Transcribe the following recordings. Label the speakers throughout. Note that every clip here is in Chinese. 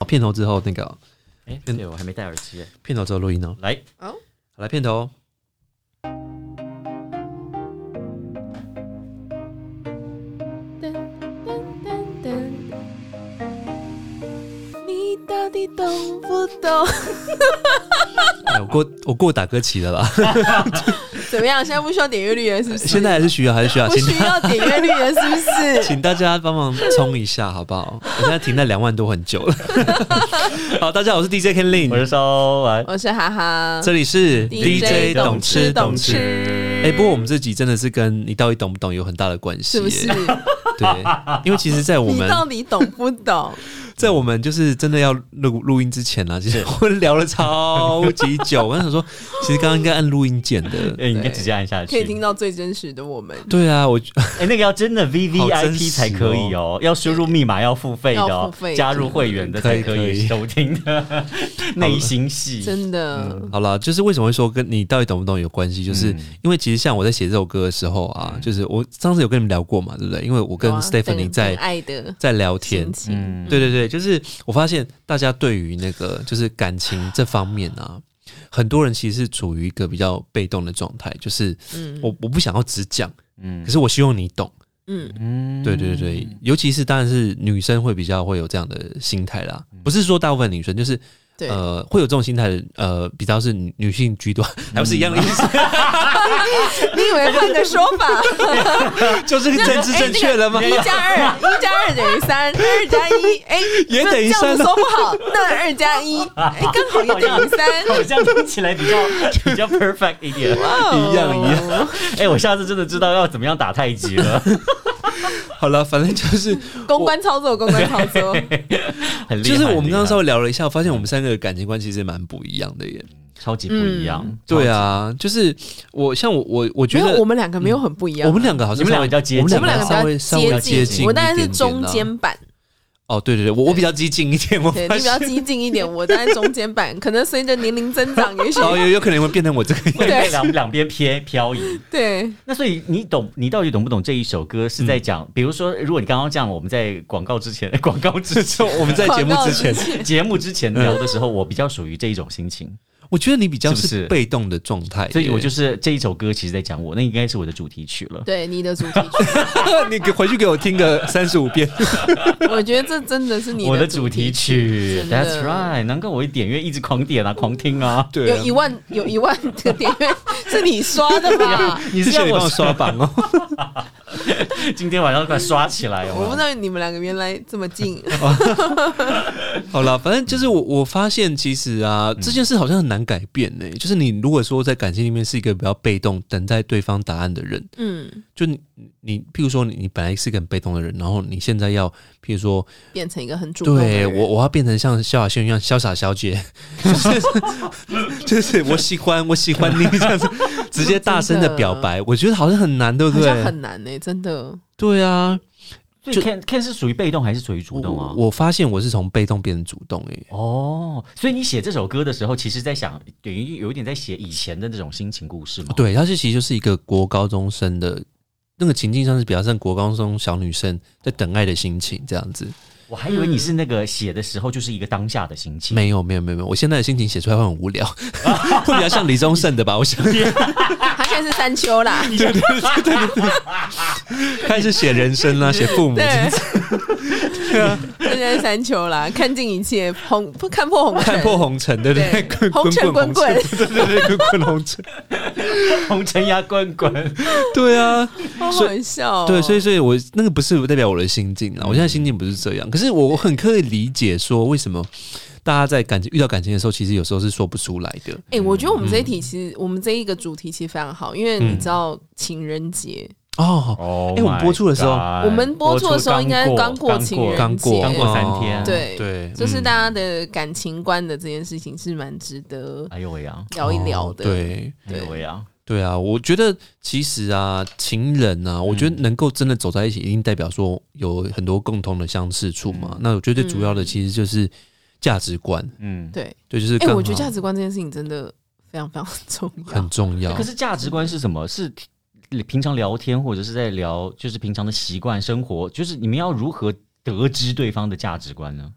Speaker 1: 哦片头之后那个
Speaker 2: 哎，对我还没戴耳机耶，
Speaker 1: 片头之后录音哦。
Speaker 2: 来，
Speaker 1: 好来片头，
Speaker 3: 你到底懂不懂？
Speaker 1: 哎我过我过打歌期了 啦，
Speaker 3: 啊怎么样？现在不需要点阅率了，是不是？
Speaker 1: 现在还是需要还是需要，
Speaker 3: 不
Speaker 1: 请
Speaker 3: 需
Speaker 1: 大
Speaker 3: 要点阅率了，是不是？
Speaker 1: 请大家帮忙冲一下好不好？我现在停在两万多很久 了。好，大家好，我是 DJ Ken
Speaker 2: 我是
Speaker 1: Lin，
Speaker 2: 稍完，
Speaker 3: 我是哈哈
Speaker 1: 这里是
Speaker 3: DJ 懂吃懂吃。
Speaker 1: 哎、不过我们这集真的是跟你到底懂不懂有很大的关系
Speaker 3: 是
Speaker 1: 耶，
Speaker 3: 不是？
Speaker 1: 对，因为其实，在我
Speaker 3: 你
Speaker 1: 们
Speaker 3: 到底懂不 懂？
Speaker 1: 在我们就是真的要录录音之前呢、啊，其实我们聊了超级久。我想说，其实刚刚应该按录音键 的。
Speaker 2: 哎，你应该直接按下去，
Speaker 3: 可以听到最真实的我们，
Speaker 1: 对啊，我
Speaker 2: 哎，那个要真的
Speaker 1: 好真
Speaker 2: VVIP
Speaker 1: 实
Speaker 2: 才可以哦，要输入密码要付费的
Speaker 3: 要
Speaker 2: 哦
Speaker 3: 付费，的
Speaker 2: 加入会员的
Speaker 1: 可
Speaker 2: 才
Speaker 1: 以
Speaker 2: 可
Speaker 1: 可以
Speaker 2: 以收听 的内心戏，
Speaker 3: 真的
Speaker 1: 好了，就是为什么会说跟你到底懂不懂有关系，就是
Speaker 2: 嗯
Speaker 1: 因为其实像我在写这首歌的时候啊，就是我上次有跟你们聊过嘛，对不对？因为我跟
Speaker 3: 有啊
Speaker 1: Stephanie
Speaker 3: 等
Speaker 1: 在
Speaker 3: 等爱的
Speaker 1: 在聊天
Speaker 3: 心，情，
Speaker 2: 嗯，
Speaker 1: 对对对，就是我发现大家对于那个就是感情这方面啊，很多人其实是处于一个比较被动的状态，就是
Speaker 3: 嗯
Speaker 1: 我我不想要只讲，
Speaker 2: 嗯
Speaker 1: 可是我希望你懂。
Speaker 3: 嗯，
Speaker 2: 嗯
Speaker 1: 对对对，尤其是当然是女生会比较会有这样的心态啦，不是说大部分女生，就是
Speaker 3: 嗯对，
Speaker 1: 呃会有这种心态的，呃比较是女女性居多，还不是一样的意 思，
Speaker 3: 你以为换个说法？
Speaker 1: 就是 政治正确了吗？
Speaker 3: 哎那个一加二，一加二等于三，二加一，哎，
Speaker 1: 也
Speaker 3: 那
Speaker 1: 等于三
Speaker 3: 这样子
Speaker 1: 啊
Speaker 3: 说不好，那二加一，哎，刚好也等于三，
Speaker 2: 好像听起来比较 比较 perfect 一点。
Speaker 3: 哦
Speaker 1: 一样一样。
Speaker 2: 哎、我下次真的知道要怎么样打太极了，
Speaker 3: 哎
Speaker 1: 好了，反正 就是
Speaker 3: 公关操作，公关操作，
Speaker 2: 很厉害。
Speaker 1: 就是我们刚刚稍
Speaker 2: 说
Speaker 1: 微聊了一下，我发现我们三个的感情观其实蛮不一样的耶。
Speaker 3: 嗯
Speaker 2: 超级不一样，
Speaker 1: 对啊，就是我像我我我觉
Speaker 3: 没
Speaker 1: 得
Speaker 3: 有，我们两个没有很不一样啊，
Speaker 1: 我们两个好像
Speaker 2: 你们两
Speaker 1: 稍微
Speaker 2: 个比较接近
Speaker 1: 我们
Speaker 3: 我们两个
Speaker 1: 个稍微
Speaker 3: 比
Speaker 1: 稍微
Speaker 3: 较
Speaker 1: 接近一点
Speaker 3: 接
Speaker 1: 点啦，
Speaker 3: 近，我当然是中间版，
Speaker 1: 哦，对对对，我我比较激进一点，我
Speaker 3: 对
Speaker 1: 发
Speaker 3: 你比较
Speaker 1: 现
Speaker 3: 激进一点，我当然中间版，可能随着年龄增长，也 许
Speaker 1: 哦有有可能会变成我这个
Speaker 2: 会被
Speaker 3: 对
Speaker 2: 两两边偏漂移。
Speaker 3: 对，
Speaker 2: 那所以你懂，你到底懂不懂这一首歌是在讲？比如说，如果你刚刚这样，我们在广告之前、 广 告之前、我们
Speaker 1: 在节目之前
Speaker 3: 广告之前
Speaker 2: 节目之前聊的时候，我比较属于这一种心情，
Speaker 1: 我觉得你比较
Speaker 2: 是不
Speaker 1: 是
Speaker 2: 是
Speaker 1: 被动的状态耶，
Speaker 2: 所以我就是这一首歌其实在讲我，那应该是我的主题曲了。
Speaker 3: 对你的主题曲，
Speaker 1: 你给回去给我听个三十五 遍。
Speaker 3: 我觉得这真的是你
Speaker 2: 我的
Speaker 3: 主
Speaker 2: 主题曲
Speaker 3: 真
Speaker 2: ，That's
Speaker 3: 的
Speaker 2: right，难怪我一点阅一直狂点啊，狂听啊。
Speaker 1: 对啊
Speaker 3: 有一万有一万个点阅是你刷的吧？
Speaker 2: 你
Speaker 1: 谢
Speaker 2: 是
Speaker 1: 谢
Speaker 2: 要
Speaker 1: 你
Speaker 2: 我
Speaker 1: 帮我刷榜哦。
Speaker 2: 今天晚上快刷起来
Speaker 3: 我
Speaker 2: 哦
Speaker 3: 不知！道你们两个原来这 么近，
Speaker 1: 好了，反正就是我我发现其实啊，
Speaker 2: 嗯
Speaker 1: 这件事好像很难改变呢、就是你如果说在感情里面是一个比较被动，等待对方答案的人，
Speaker 3: 嗯，
Speaker 1: 就你你譬如说你你本来是一个很被动的人，然后你现在要譬如说，
Speaker 3: 变成一个很主动的
Speaker 1: 对
Speaker 3: 人。
Speaker 1: 我我要变成像萧亚轩一样潇洒小 姐，就是就是我喜欢我喜欢你这样子，直接大声的表白，我觉得好像很难，对不
Speaker 3: 好像
Speaker 1: 对？
Speaker 3: 很难呢、真的。
Speaker 1: 对啊，
Speaker 2: 所以 Ken Ken 是属于被动还是属于主动啊？
Speaker 1: 我我发现我是从被动变成主动欸诶、
Speaker 2: 哦，所以你写这首歌的时候，其实在想，等于有一点在写以前的那种心情故事嘛？
Speaker 1: 对，它是其实就是一个国高中生的那个情境，上是比较像国高中小女生在等爱的心情这样子。
Speaker 2: 我还以为你是那个写的时候就是一个当下的心情，
Speaker 1: 没有，没有，没有，没有，我现在的心情写出来会很无 聊，会比较像李宗盛的吧？我想
Speaker 3: 他现在是山丘啦，
Speaker 1: 开始写人生啦、啊写父母。啊
Speaker 3: 对，现在是山丘啦，看尽一切，红不看破红尘，
Speaker 1: 看破红尘，对不对？
Speaker 3: 对
Speaker 1: 滚
Speaker 3: 红尘
Speaker 1: 滚
Speaker 3: 滚
Speaker 1: 红尘对对对，滚滚红尘，
Speaker 2: 红尘呀滚滚，
Speaker 1: 对啊，
Speaker 3: 好
Speaker 1: 所
Speaker 3: 好笑、哦。
Speaker 1: 对，所以所以我那个不是代表我的心境啦，我现在心境不是这样，可是我我很可以理解说为什么大家在感情遇到感情的时候，其实有时候是说不出来的，
Speaker 3: 哎、我觉得我们这一
Speaker 1: 嗯
Speaker 3: 题其实，我们这一个主题其实非常好，因为你知道情人节，
Speaker 1: 哦，
Speaker 2: 哦
Speaker 1: 哎我们播出的时候
Speaker 2: my god
Speaker 3: 我们播出的时候应该刚过
Speaker 2: 过
Speaker 3: 情人
Speaker 1: 刚过
Speaker 2: 刚过
Speaker 1: 哦
Speaker 2: 三天
Speaker 3: 对
Speaker 1: 对，
Speaker 3: 就是大
Speaker 1: 家
Speaker 3: 家的感情观的这件事情是蛮值得
Speaker 2: 哎呦喂呀，
Speaker 3: 聊一聊
Speaker 1: 哦
Speaker 3: 的。
Speaker 1: 对。
Speaker 2: 哎
Speaker 3: 对
Speaker 2: 呦喂呀，
Speaker 1: 对啊，我觉得其实啊，情人啊，我觉得能够真的走在一起，一定代表说有很多共同的相似处嘛。
Speaker 3: 嗯
Speaker 1: 那我觉得最主要的其实就是价值观，
Speaker 2: 嗯。
Speaker 3: 对，
Speaker 1: 对，就是
Speaker 3: 哎、
Speaker 1: 更
Speaker 3: 我觉得
Speaker 1: 好
Speaker 3: 价值观这件事情真的非常 非常重要
Speaker 1: 很。重要
Speaker 2: 哎可。是价值观是什么？是平常聊天，或者是在聊，就是平常的习惯生活，就是你们要如何得知对方的价值观呢？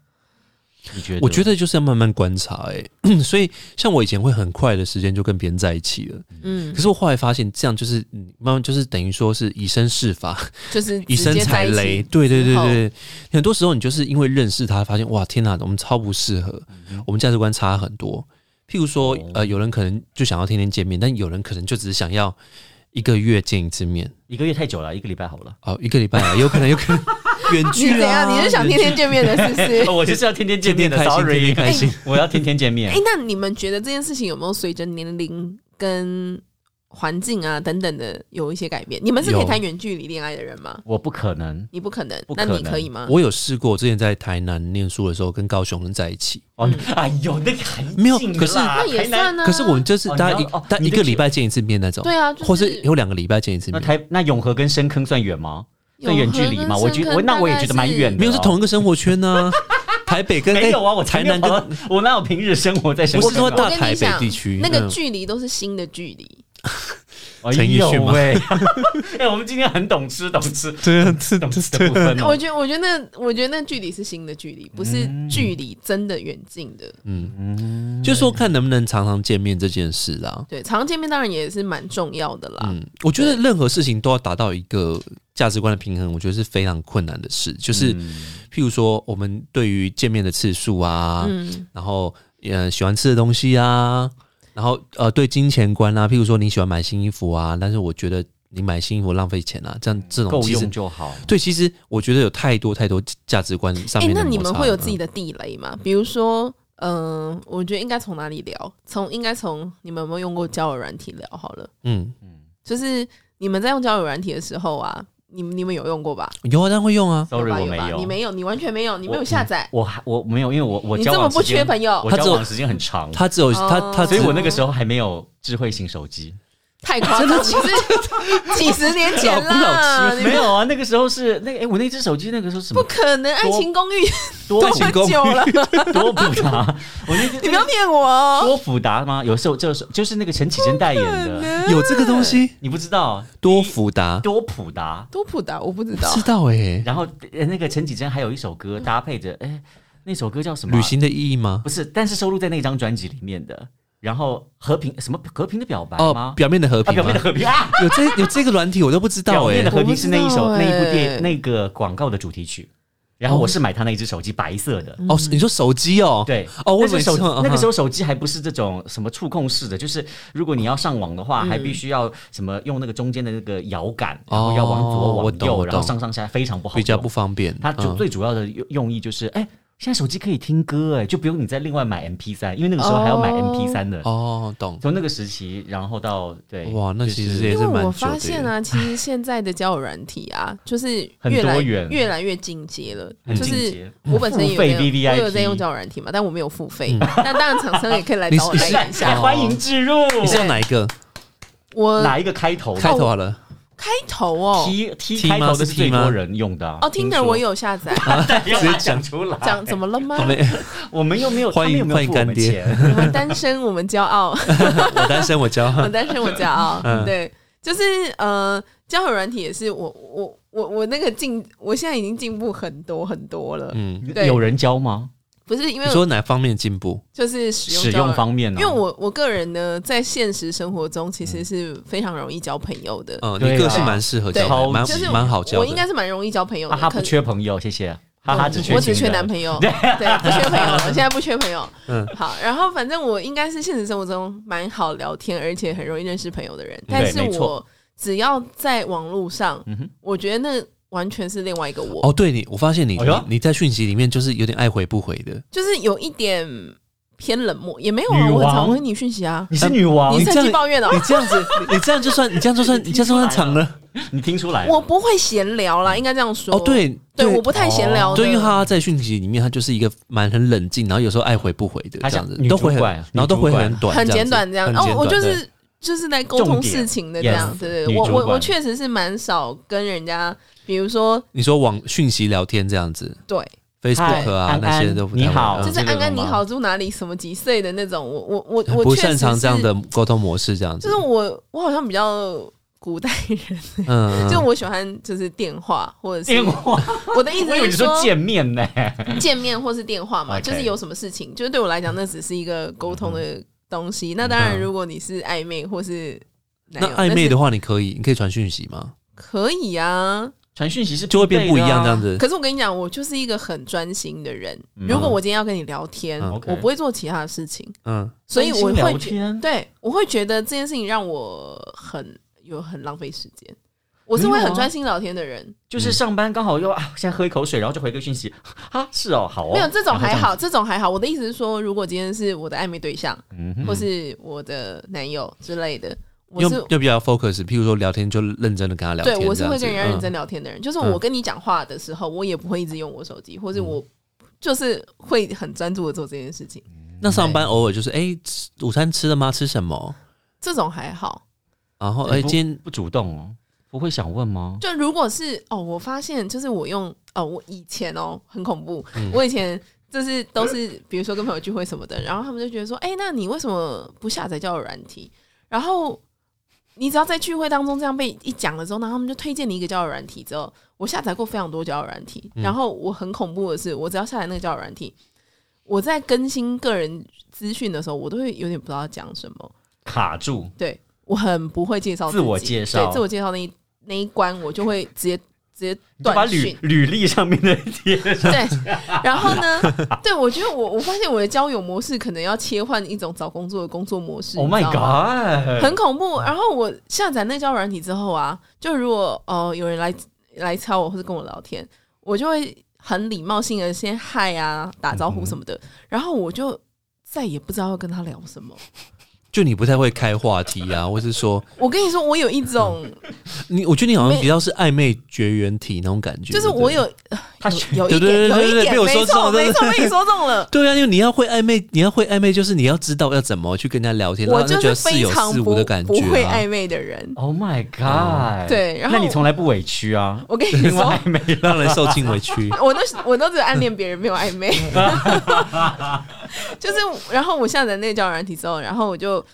Speaker 2: 你觉得？
Speaker 1: 我觉得就是要慢慢观察、欸， 所以像我以前会很快的时间就跟别人在一起了，
Speaker 3: 嗯
Speaker 1: 可，是我后来发现这样就是嗯慢慢就是等于说是以身试法，
Speaker 3: 就是
Speaker 1: 以
Speaker 3: 直
Speaker 1: 身
Speaker 3: 接
Speaker 1: 踩
Speaker 3: 在一起
Speaker 1: 雷，对对对
Speaker 3: 之后
Speaker 1: 对，很多时候你就是因为认识他，发现哇天哪，我们超不适合，
Speaker 3: 嗯
Speaker 1: 我们价值观差很多。譬如说
Speaker 2: 哦，
Speaker 1: 呃，有人可能就想要天天见面，但有人可能就只是想要一个月见一次面，
Speaker 2: 一个月太久了，一个礼拜好了。
Speaker 1: 哦，一个礼拜啊，有可能有可 能远
Speaker 3: 你
Speaker 1: 距
Speaker 3: 怎样？
Speaker 1: 啊，
Speaker 3: 你是想
Speaker 1: 远
Speaker 3: 天
Speaker 1: 距
Speaker 3: 天见面的，是不是？
Speaker 2: 哦 我就是要天天见
Speaker 1: 天天
Speaker 2: 面的
Speaker 1: 开心，天天
Speaker 2: ，sorry，
Speaker 1: 开心，
Speaker 2: 我要天天见面
Speaker 3: 哎、。那你们觉得这件事情有没有随着年龄跟环境啊等等的有一些改变？你们是可以
Speaker 1: 有
Speaker 3: 谈远距离恋爱的人吗？
Speaker 2: 我不可能
Speaker 3: 你不可能，
Speaker 2: 不
Speaker 3: 那
Speaker 2: 可
Speaker 3: 你
Speaker 2: 能
Speaker 3: 可以吗？
Speaker 1: 我有试过，之前在台南念书的时候，跟高雄人在一起，
Speaker 2: 哦！哎呦，那个很
Speaker 1: 没有
Speaker 2: 近
Speaker 1: 可是
Speaker 2: 啦
Speaker 3: 嗯那也
Speaker 2: 台南
Speaker 3: 算啊。
Speaker 1: 可是我们就是
Speaker 2: 哦
Speaker 1: 大概一
Speaker 2: 你要哦
Speaker 1: 大概
Speaker 2: 你
Speaker 1: 一
Speaker 2: 的
Speaker 1: 个
Speaker 2: 距
Speaker 1: 礼拜见一次面那种，
Speaker 3: 对啊，
Speaker 1: 或
Speaker 3: 是
Speaker 1: 是有两个礼拜见一次
Speaker 2: 那
Speaker 1: 面，
Speaker 2: 台那永和跟深坑算远吗？算远距离吗我觉我那我也觉得蛮远的
Speaker 1: 没有是同一个生活圈呢、台北 跟
Speaker 2: 啊没有啊，
Speaker 1: 哎
Speaker 2: 我
Speaker 1: 台
Speaker 2: 没有
Speaker 1: 南跟
Speaker 2: 跑到我哪有平日生活在深
Speaker 1: 不
Speaker 2: 坑
Speaker 1: 是说
Speaker 2: 啊？
Speaker 1: 大
Speaker 3: 我跟你
Speaker 1: 台北
Speaker 3: 讲
Speaker 1: 地区
Speaker 3: 那个
Speaker 1: 嗯
Speaker 3: 距离都是新的距离，
Speaker 1: 陈奕迅吗
Speaker 2: 哎呦喂哎，我们今天很懂吃懂吃
Speaker 1: 对啊，是
Speaker 2: 懂吃的部分哦
Speaker 3: 我觉得，我觉得那，我觉得那距离是新的距离，不是
Speaker 2: 嗯
Speaker 3: 距离真的远近的。
Speaker 1: 嗯，就说看能不能常常见面这件事啦。
Speaker 3: 对，常常见面当然也是蛮重要的啦。
Speaker 1: 嗯，我觉得任何事情都要达到一个价值观的平衡，我觉得是非常困难的事。就是
Speaker 2: 嗯
Speaker 1: 譬如说，我们对于见面的次数啊，
Speaker 3: 嗯，
Speaker 1: 然后呃喜欢吃的东西啊，然后呃对金钱观啊，譬如说你喜欢买新衣服啊，但是我觉得你买新衣服浪费钱啊，这样这种
Speaker 2: 嗯够
Speaker 1: 其实
Speaker 2: 用就好。
Speaker 1: 对，其实我觉得有太多太多价值观上
Speaker 3: 哎、
Speaker 1: 面的摩擦了、
Speaker 3: 那你们会有自己
Speaker 1: 的
Speaker 3: 的地雷吗？比如说，嗯、我觉得应该从哪里聊？从应该从你们有没有用过交友软体聊好了？
Speaker 1: 嗯
Speaker 3: 就是你们在用交友软体的时候啊，你们你们有用过吧？
Speaker 1: 有啊，当然会用啊。
Speaker 2: Sorry，
Speaker 3: 有吧
Speaker 2: 我
Speaker 3: 有
Speaker 2: 没
Speaker 3: 吧
Speaker 2: 有，
Speaker 3: 你没有，你完全没有，你没有
Speaker 2: 我嗯
Speaker 3: 下载，
Speaker 2: 我还我没有，因为我我
Speaker 3: 你
Speaker 2: 交
Speaker 3: 这么
Speaker 2: 往
Speaker 3: 不
Speaker 2: 时间
Speaker 3: 缺朋友
Speaker 2: 我，
Speaker 1: 他只
Speaker 2: 交
Speaker 1: 有
Speaker 2: 往时间很长，
Speaker 1: 他只有他
Speaker 3: 哦
Speaker 1: 他
Speaker 2: 所
Speaker 1: 只
Speaker 2: 以我那个时候还没有智慧型手机。
Speaker 3: 太夸张，了，是 几十年前
Speaker 1: 老夫老
Speaker 3: 啦，你们
Speaker 2: 没有啊，那个时候是那个哎、我那只手机那个时候什
Speaker 3: 不
Speaker 2: 么
Speaker 3: 可能，《爱情公寓》
Speaker 2: 多
Speaker 3: 多
Speaker 1: 情公寓
Speaker 3: 久了？
Speaker 2: 多复杂，我那
Speaker 3: 你
Speaker 2: 只
Speaker 3: 不要骗我哦！
Speaker 2: 多复杂吗？有时候就是就是那个陈绮贞代言的，
Speaker 1: 有这个东西
Speaker 2: 你不知道
Speaker 1: 多福达，
Speaker 2: 多普达，
Speaker 3: 多普达我不知道
Speaker 1: 知，道哎、
Speaker 2: 然后呃那个陈绮贞还有一首歌搭配着，哎、那首歌叫什么啊？
Speaker 1: 旅行的意义吗？
Speaker 2: 不是，但是收录在那张专辑里面的。然后和平什么和平的表白
Speaker 1: 哦
Speaker 2: 吗，？
Speaker 1: 表面的和
Speaker 2: 啊，
Speaker 1: 平吗、
Speaker 2: 表面的和平 啊，
Speaker 1: 有这有这个软体我都不知道
Speaker 2: 表
Speaker 1: 哎、
Speaker 2: 面的和平是那一首、
Speaker 3: 我不
Speaker 2: 那
Speaker 3: 知道欸
Speaker 2: 一部电那个广告的主题曲。然后我是买他那一只手机，白色的。
Speaker 1: 哦，你说手机哦？
Speaker 2: 对，
Speaker 1: 哦，我
Speaker 2: 那
Speaker 1: 以为
Speaker 2: 是手
Speaker 1: 是嗯
Speaker 2: 那个时
Speaker 1: 嗯
Speaker 2: 候手机还不是这种什么触控式的，就是如果你要上网的话，还必须要什么用那个中间的那个摇杆，然后要
Speaker 1: 嗯
Speaker 2: 往
Speaker 1: 哦
Speaker 2: 左
Speaker 1: 我
Speaker 2: 往
Speaker 1: 懂
Speaker 2: 右，
Speaker 1: 我
Speaker 2: 然后
Speaker 1: 懂
Speaker 2: 上上下下非常不好，
Speaker 1: 比较不。方便。
Speaker 2: 它主
Speaker 1: 嗯
Speaker 2: 最主要的用用意就是，哎，现在手机可以听歌，哎，就不用你再另外买 MP 三，因为那个时候还要买
Speaker 3: 哦
Speaker 2: MP 三的。
Speaker 1: 哦，懂
Speaker 2: 从那个时期，然后到对，
Speaker 1: 哇那
Speaker 2: 就是
Speaker 1: 其实也
Speaker 3: 哎因
Speaker 1: 是蛮
Speaker 3: 为
Speaker 1: 久的
Speaker 3: 我
Speaker 1: 耶
Speaker 3: 发现啊，其实现在的交友软体啊， 就是
Speaker 2: 很
Speaker 3: 越来
Speaker 2: 多元
Speaker 3: 越来越进阶了。
Speaker 2: 很
Speaker 3: 就
Speaker 2: 进
Speaker 3: 是
Speaker 2: 阶
Speaker 3: 我本身也有
Speaker 2: 付费
Speaker 3: 在用
Speaker 2: VVIP
Speaker 3: 我有在用 交友软体嘛，但我没有付费。但当然，厂商也可以来
Speaker 1: 你
Speaker 3: 找我
Speaker 1: 嗯你
Speaker 3: 代
Speaker 1: 是
Speaker 3: 言一
Speaker 2: 哎
Speaker 3: 下。呃
Speaker 2: 欢迎置入。
Speaker 1: 哦你是要哪一个
Speaker 3: 哦我
Speaker 2: 哪一个开头？
Speaker 1: 开头好了？
Speaker 3: 开头哦，
Speaker 2: T T
Speaker 1: T
Speaker 2: 开
Speaker 1: 吗
Speaker 2: 头的
Speaker 1: 是
Speaker 2: 是
Speaker 1: T
Speaker 2: 最
Speaker 1: 吗
Speaker 2: 多人用的啊
Speaker 3: 哦，Tinder 我，有 下载，
Speaker 2: 直接讲出来，
Speaker 3: 讲怎么了吗
Speaker 1: 我？ 没，
Speaker 2: 我们又没有，他们
Speaker 1: 欢迎
Speaker 2: 又没有付我们
Speaker 1: 欢迎干爹
Speaker 2: 钱
Speaker 3: 我们单身，我们 骄傲，
Speaker 1: 我单身，我教。
Speaker 3: 我单身，我骄傲。
Speaker 1: 嗯
Speaker 3: 对，就是呃，交友软体也是我我我我那个进，我现在已经进步很多很多了。
Speaker 1: 嗯，
Speaker 3: 对
Speaker 2: 有人教吗？
Speaker 3: 不是因为
Speaker 1: 你说哪方面进步？
Speaker 3: 就是使用
Speaker 2: 使
Speaker 3: 交友
Speaker 2: 用方面
Speaker 3: 因
Speaker 2: 呢？
Speaker 3: 为我我个人呢，在现实生活中其实是非常容易交朋友的，
Speaker 1: 嗯，
Speaker 2: 对
Speaker 1: 你
Speaker 2: 啊
Speaker 1: 个性蛮适合交
Speaker 2: 对
Speaker 1: 的，蛮
Speaker 3: 啊就是
Speaker 1: 蛮好交的。
Speaker 3: 我应该是蛮容易交朋友
Speaker 2: 哈
Speaker 3: 的。
Speaker 2: 哈
Speaker 3: 可
Speaker 2: 啊不缺朋友，谢谢。哈哈，
Speaker 3: 嗯
Speaker 2: 只缺
Speaker 3: 我只
Speaker 2: 情
Speaker 3: 缺
Speaker 2: 人
Speaker 3: 男朋友，对，不缺朋友了，现在不缺朋友。
Speaker 1: 嗯
Speaker 3: 好，然后反正我应该是现实生活中蛮好聊天，而且很容易认识朋友的人，但是
Speaker 2: 没
Speaker 3: 我
Speaker 2: 错
Speaker 3: 只要在网络上，
Speaker 2: 嗯哼
Speaker 3: 我觉得那完全是另外一个我，
Speaker 1: 哦，对你，我发现你、
Speaker 2: 哎呦
Speaker 1: 你你在讯息里面就是有点爱回不回的，
Speaker 3: 就是有一点偏冷漠，也没有
Speaker 2: 女
Speaker 3: 啊，我很
Speaker 2: 王
Speaker 3: 常回你讯息啊，
Speaker 2: 你是女王
Speaker 3: 你，
Speaker 1: 这
Speaker 3: 趁
Speaker 1: 样
Speaker 3: 机抱怨哦
Speaker 1: 你。这样子，你这样就算你这样就算你这样就算长了。
Speaker 2: 你听出来了？
Speaker 3: 我不会闲聊啦，应该这样说。
Speaker 1: 哦，对哦
Speaker 3: 对，我不太闲聊的。
Speaker 1: 对，因为他在讯息里面，他就是一个蛮很冷静，然后有时候爱回不回的
Speaker 2: 他
Speaker 1: 这
Speaker 2: 像
Speaker 1: 样子，
Speaker 2: 女
Speaker 1: 都回
Speaker 2: 主
Speaker 1: 很，
Speaker 2: 管
Speaker 1: 然后都回很短，
Speaker 3: 很简短这样。
Speaker 1: 很
Speaker 3: 然后
Speaker 1: 简
Speaker 3: 我
Speaker 1: 短
Speaker 3: 就是就是在沟通事情的这样，
Speaker 2: 重点 yes，
Speaker 3: 对对，我
Speaker 2: 女主
Speaker 3: 我
Speaker 2: 管
Speaker 3: 我确实是蛮少跟人家，比如说
Speaker 1: 你说网讯息聊天这样子
Speaker 3: 对，
Speaker 1: ，Facebook 啊
Speaker 2: 安
Speaker 1: 那些
Speaker 2: 安
Speaker 1: 都不
Speaker 2: 你
Speaker 1: 太会
Speaker 2: 好
Speaker 1: 嗯
Speaker 3: 就是
Speaker 2: 这个
Speaker 3: 安安
Speaker 2: 懂
Speaker 3: 你
Speaker 2: 吗
Speaker 3: 好住哪里，什么几岁的那种，我我我
Speaker 1: 很
Speaker 3: 我
Speaker 1: 不
Speaker 3: 确
Speaker 1: 擅
Speaker 3: 实是
Speaker 1: 长这样，的沟通模式这样子
Speaker 3: 就是。我我好像比较。古代人，
Speaker 1: 嗯，
Speaker 3: 就我喜欢就是电话或者是
Speaker 2: 电话，
Speaker 3: 我的意
Speaker 2: 我
Speaker 3: 思
Speaker 2: 以为
Speaker 3: 是
Speaker 2: 你说见面呢。
Speaker 3: 见面或是电话嘛，
Speaker 2: OK
Speaker 3: 就是有什么事情，就是对我来讲那只是一个沟通的东西。那当然，
Speaker 1: 嗯
Speaker 3: 如果你是暧昧或是男
Speaker 1: 那
Speaker 3: 友
Speaker 1: 暧昧
Speaker 3: 那是
Speaker 1: 的话，你可以，你可以传讯息吗？
Speaker 3: 可以啊，
Speaker 2: 传讯息是
Speaker 1: 就会变不一样这样
Speaker 2: 子。
Speaker 1: 子。
Speaker 3: 可是我跟你讲，我就是一个很专心的人。
Speaker 2: 嗯
Speaker 3: 如果我今天要跟你聊天，
Speaker 1: 嗯
Speaker 3: 我不会做其他的事情，
Speaker 1: 嗯，
Speaker 3: 所以我
Speaker 2: 专心
Speaker 3: 会
Speaker 2: 聊
Speaker 3: 觉
Speaker 2: 天
Speaker 3: 对我会觉得这件事情让我很有很浪费时间。我是
Speaker 2: 没有
Speaker 3: 会
Speaker 2: 啊
Speaker 3: 很专心聊天的人，
Speaker 2: 就是上班刚好又啊，现在喝一口水，然后就回个讯息啊，是哦，好哦，
Speaker 3: 没有这种还
Speaker 2: 然后
Speaker 3: 好，这种还好。我的意思是说，如果今天是我的暧昧对象，
Speaker 2: 这样子，嗯哼
Speaker 3: 或是我的男友之类的，我
Speaker 1: 又
Speaker 3: 是
Speaker 1: 又比较 focus，譬如说聊天就认真的跟他聊天，
Speaker 3: 对，我是
Speaker 1: 这样
Speaker 3: 会
Speaker 1: 子
Speaker 3: 跟人家认
Speaker 1: 嗯
Speaker 3: 真聊天的人。就是我跟你讲话的时候，我也不会一直用我手机，或是我就是会很专注的做这件事情。
Speaker 1: 那上班偶尔就是，哎、吃午餐吃了吗？吃什么？
Speaker 3: 这种还好。
Speaker 1: 然后，
Speaker 2: 对
Speaker 1: 哎、
Speaker 2: 不
Speaker 1: 今天
Speaker 2: 不主动哦，不会想问吗？
Speaker 3: 就如果是哦，我发现就是我用哦，我以前哦很恐怖，我以前。就是都是比如说跟朋友聚会什么的，然后他们就觉得说，哎、那你为什么不下载交友软体？然后你只要在聚会当中这样被一讲了之后，然后他们就推荐你一个交友软体之后，我下载过非常多交友软体，
Speaker 1: 嗯
Speaker 3: 然后我很恐怖的是，我只要下载那个交友软体，我在更新个人资讯的时候，我都会有点不知道讲什么，
Speaker 2: 卡住，
Speaker 3: 对我很不会介绍己
Speaker 2: 自我介绍
Speaker 3: 对自我介绍那一那一关，我就会直接直接
Speaker 2: 你就把
Speaker 3: 断
Speaker 2: 履
Speaker 3: 讯。
Speaker 2: 履历上面的贴 上，
Speaker 3: 对，然后呢？ 对我觉得我我发现我的交友模式可能要切换一种找工作的工作模式。
Speaker 2: ，Oh
Speaker 3: 你
Speaker 2: my
Speaker 3: 知道吗
Speaker 2: god，
Speaker 3: 很恐怖。然后我下载那交友软体之后啊，就如果哦、呃有人来来敲我或者跟我聊天，我就会很礼貌性的先嗨啊打招呼什么
Speaker 2: 嗯
Speaker 3: 的，然后我就再也不知道要跟他聊什么。
Speaker 1: 就你不太会开话题啊，或是说
Speaker 3: 我跟你说，我有一种
Speaker 1: 你，我觉得你好像比较是暧昧绝缘体那种感觉，
Speaker 3: 就是
Speaker 1: 对不对
Speaker 3: 我 有
Speaker 2: 他
Speaker 3: 有
Speaker 1: 对
Speaker 3: 一
Speaker 1: 对
Speaker 3: 点有
Speaker 1: 对
Speaker 3: 一
Speaker 1: 对对被
Speaker 3: 点
Speaker 1: 我
Speaker 3: 没
Speaker 1: 说中
Speaker 3: 错
Speaker 1: 了
Speaker 3: 没
Speaker 1: 对
Speaker 3: 错被你说中 了。
Speaker 1: 对啊，因为你要会暧昧，你要会暧昧，就是你要知道要怎么去跟人家聊天，然
Speaker 3: 我
Speaker 1: 后就
Speaker 3: 就
Speaker 1: 觉
Speaker 3: 是
Speaker 1: 得似
Speaker 3: 非
Speaker 1: 有
Speaker 3: 常
Speaker 1: 似
Speaker 3: 不
Speaker 1: 无的感觉、
Speaker 3: 不
Speaker 1: 啊。
Speaker 3: 会暧昧的人。
Speaker 2: ，Oh my god，，
Speaker 3: 对，然后
Speaker 2: 那你从来不委屈啊，
Speaker 3: 我跟 你
Speaker 2: 因为
Speaker 3: 说，。
Speaker 2: 暧昧了，
Speaker 1: 让人受尽委屈
Speaker 3: 我都是我都只有暗恋别人，没有暧昧。 就是，然后我下载那个交友软体之后，然后我就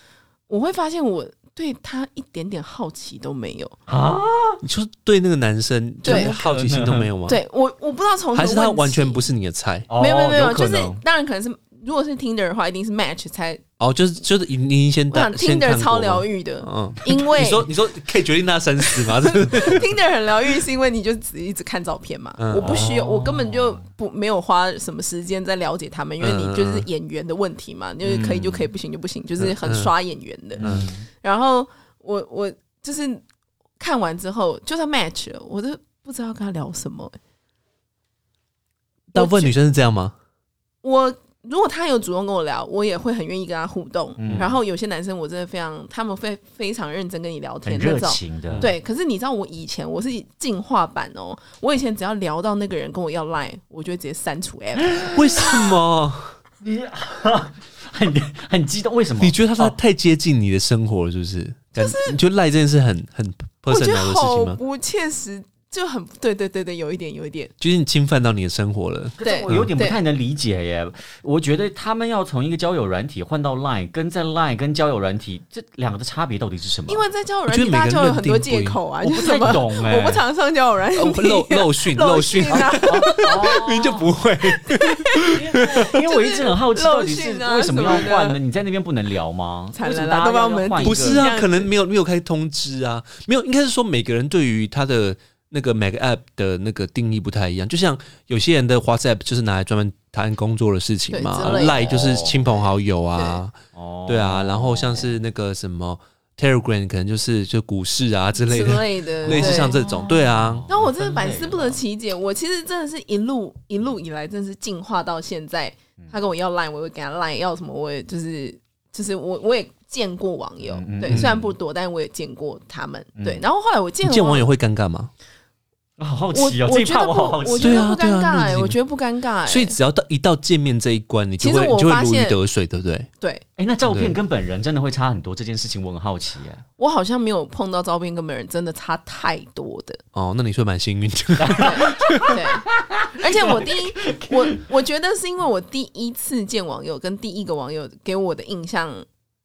Speaker 3: 我会发现我对他一点点好奇都没有。
Speaker 2: 啊，
Speaker 1: 你就是对那个男生就是
Speaker 3: 对
Speaker 1: 好奇心都没有吗？，
Speaker 3: 对我，我不知道从何
Speaker 1: 还是他
Speaker 3: 问
Speaker 1: 完全
Speaker 3: 起
Speaker 1: 不是你的菜？
Speaker 2: 哦
Speaker 3: 没有没有没有，
Speaker 2: 可
Speaker 3: 就是
Speaker 2: 能
Speaker 3: 当然可能是。如果是 Tinder 的话，一定是 Match 才。
Speaker 1: 哦，就是就是你你先
Speaker 3: 我想
Speaker 1: 打先看
Speaker 3: Tinder 超疗
Speaker 1: 愈，
Speaker 3: 愈的，
Speaker 1: 嗯。
Speaker 3: 因为
Speaker 1: 你说，你说可以决定他生死 吗？这是
Speaker 3: Tinder 很疗愈，是因为你就只一直看照片嘛。
Speaker 1: 嗯
Speaker 3: 我不需要，
Speaker 2: 哦
Speaker 3: 我根本就不没有花什么时间在了解他们，因为你就是演员的问题嘛，就是可以就可以，不行就不行，就是很刷演员的。
Speaker 2: 嗯，
Speaker 3: 然后我我就是看完之后，就算 match 了，我都不知道跟他聊什么、
Speaker 1: 大部分女生是这样吗？
Speaker 3: 我如果他有主动跟我聊，我也会很愿意跟他互动。
Speaker 2: 嗯
Speaker 3: 然后有些男生我真的非常，他们会非常认真跟你聊
Speaker 2: 很
Speaker 3: 天那
Speaker 2: 热
Speaker 3: 种。
Speaker 2: 情的，
Speaker 1: 嗯
Speaker 3: 对，可是你知道我以前我是进化版哦，我以前只要聊到那个人跟我要 line，我就会直接 删除 app。
Speaker 1: 为什么？
Speaker 2: 你 很很激动，为什么？
Speaker 1: 你觉得他
Speaker 2: 哦
Speaker 1: 太接近你的生活了，是不是？就是你觉得赖这件事很很
Speaker 3: 我觉
Speaker 1: personal
Speaker 3: 得
Speaker 1: 的事
Speaker 3: 好
Speaker 1: 情吗？
Speaker 3: 不切实，就很对对对对，有一点有一点，
Speaker 1: 就是你侵犯到你的生活 了。
Speaker 2: 可是
Speaker 3: 对
Speaker 2: 我有点不太能理解耶。我觉得他们要从一个交友软体换到 Line，跟在 Line 跟交友软体这两个的差别到底是什么？
Speaker 3: 因为在交友
Speaker 1: 我
Speaker 3: 软
Speaker 1: 觉得
Speaker 3: 体大
Speaker 1: 每
Speaker 3: 家
Speaker 1: 个
Speaker 3: 就
Speaker 1: 人
Speaker 3: 有很多
Speaker 1: 认定不一
Speaker 3: 借口啊，
Speaker 2: 我
Speaker 3: 就
Speaker 2: 不
Speaker 3: 什
Speaker 2: 太
Speaker 3: 么
Speaker 2: 懂哎，
Speaker 3: 我不常上交友软
Speaker 1: 哦
Speaker 3: 体，
Speaker 1: 漏漏讯，
Speaker 3: 漏
Speaker 1: 漏讯，
Speaker 3: 啊，
Speaker 1: 明明就不会。
Speaker 2: 因为我一直很好奇，到底是
Speaker 3: 就是漏讯啊
Speaker 2: 为什么要
Speaker 3: 什么
Speaker 2: 换呢？
Speaker 3: 的
Speaker 2: 你在那边不能聊吗？
Speaker 3: 惨
Speaker 2: 为什
Speaker 3: 了
Speaker 2: 么
Speaker 3: 啦
Speaker 2: 大
Speaker 3: 都
Speaker 2: 家
Speaker 3: 把
Speaker 2: 要
Speaker 3: 我们
Speaker 2: 换一
Speaker 3: 顶
Speaker 1: 不
Speaker 2: 个
Speaker 1: 是
Speaker 3: 这
Speaker 1: 啊，
Speaker 3: 样
Speaker 1: 可能没有没有开通知啊，没有，应该是说每个人对于他的那个每个 app 的那个定义不太一样。就像有些人的 WhatsApp 就是拿来专门谈工作的事情嘛
Speaker 3: 对之类的
Speaker 1: ，Line 就是亲朋好友啊，
Speaker 2: 哦
Speaker 1: 对啊，然后像是那个什么 Telegram 可能就是就股市啊之类
Speaker 3: 之
Speaker 1: 的，
Speaker 3: 类的，
Speaker 1: 类似
Speaker 3: 对
Speaker 1: 像这种，对啊，
Speaker 3: 然后我真的百思不得其解，我其实真的是一路一路以来，真的是进化到现在。
Speaker 2: 嗯
Speaker 3: 他跟我要 line，我会给他 line；要什么，我也就是就是我我也见过网友，
Speaker 2: 嗯嗯
Speaker 3: 对，
Speaker 2: 嗯
Speaker 3: 虽然不多，但我也见过他们，
Speaker 2: 嗯
Speaker 3: 对。然后后来我见
Speaker 1: 见网
Speaker 3: 友，
Speaker 1: 友会尴尬吗？
Speaker 2: 啊好好
Speaker 3: 我
Speaker 2: 奇哦，这
Speaker 3: 我
Speaker 2: 一
Speaker 3: 觉得
Speaker 2: 趴
Speaker 3: 不
Speaker 2: 我好好，
Speaker 3: 我
Speaker 2: 奇。哦
Speaker 3: 觉
Speaker 1: 对
Speaker 3: 得
Speaker 1: 啊
Speaker 3: 不尴
Speaker 1: 对啊
Speaker 3: 尬、
Speaker 1: 那
Speaker 3: 欸，
Speaker 1: 已经
Speaker 3: 我觉得不尴尬、欸，
Speaker 1: 所以只要到一到见面这一关，你就
Speaker 3: 其
Speaker 1: 会
Speaker 3: 实我
Speaker 1: 你就会
Speaker 3: 发
Speaker 1: 如鱼
Speaker 3: 现
Speaker 1: 得水，对不对？
Speaker 3: 对
Speaker 2: 哎，那照
Speaker 1: 对
Speaker 2: 片跟本人真的会差很多，这件事情我很好奇耶。
Speaker 3: 我好像没有碰到照片跟本人真的差太多的，
Speaker 1: 哦，那你算蛮幸 运的。
Speaker 3: 对。而且我第 一，我我觉得是因为我第一次见网友跟第一个网友给我的印象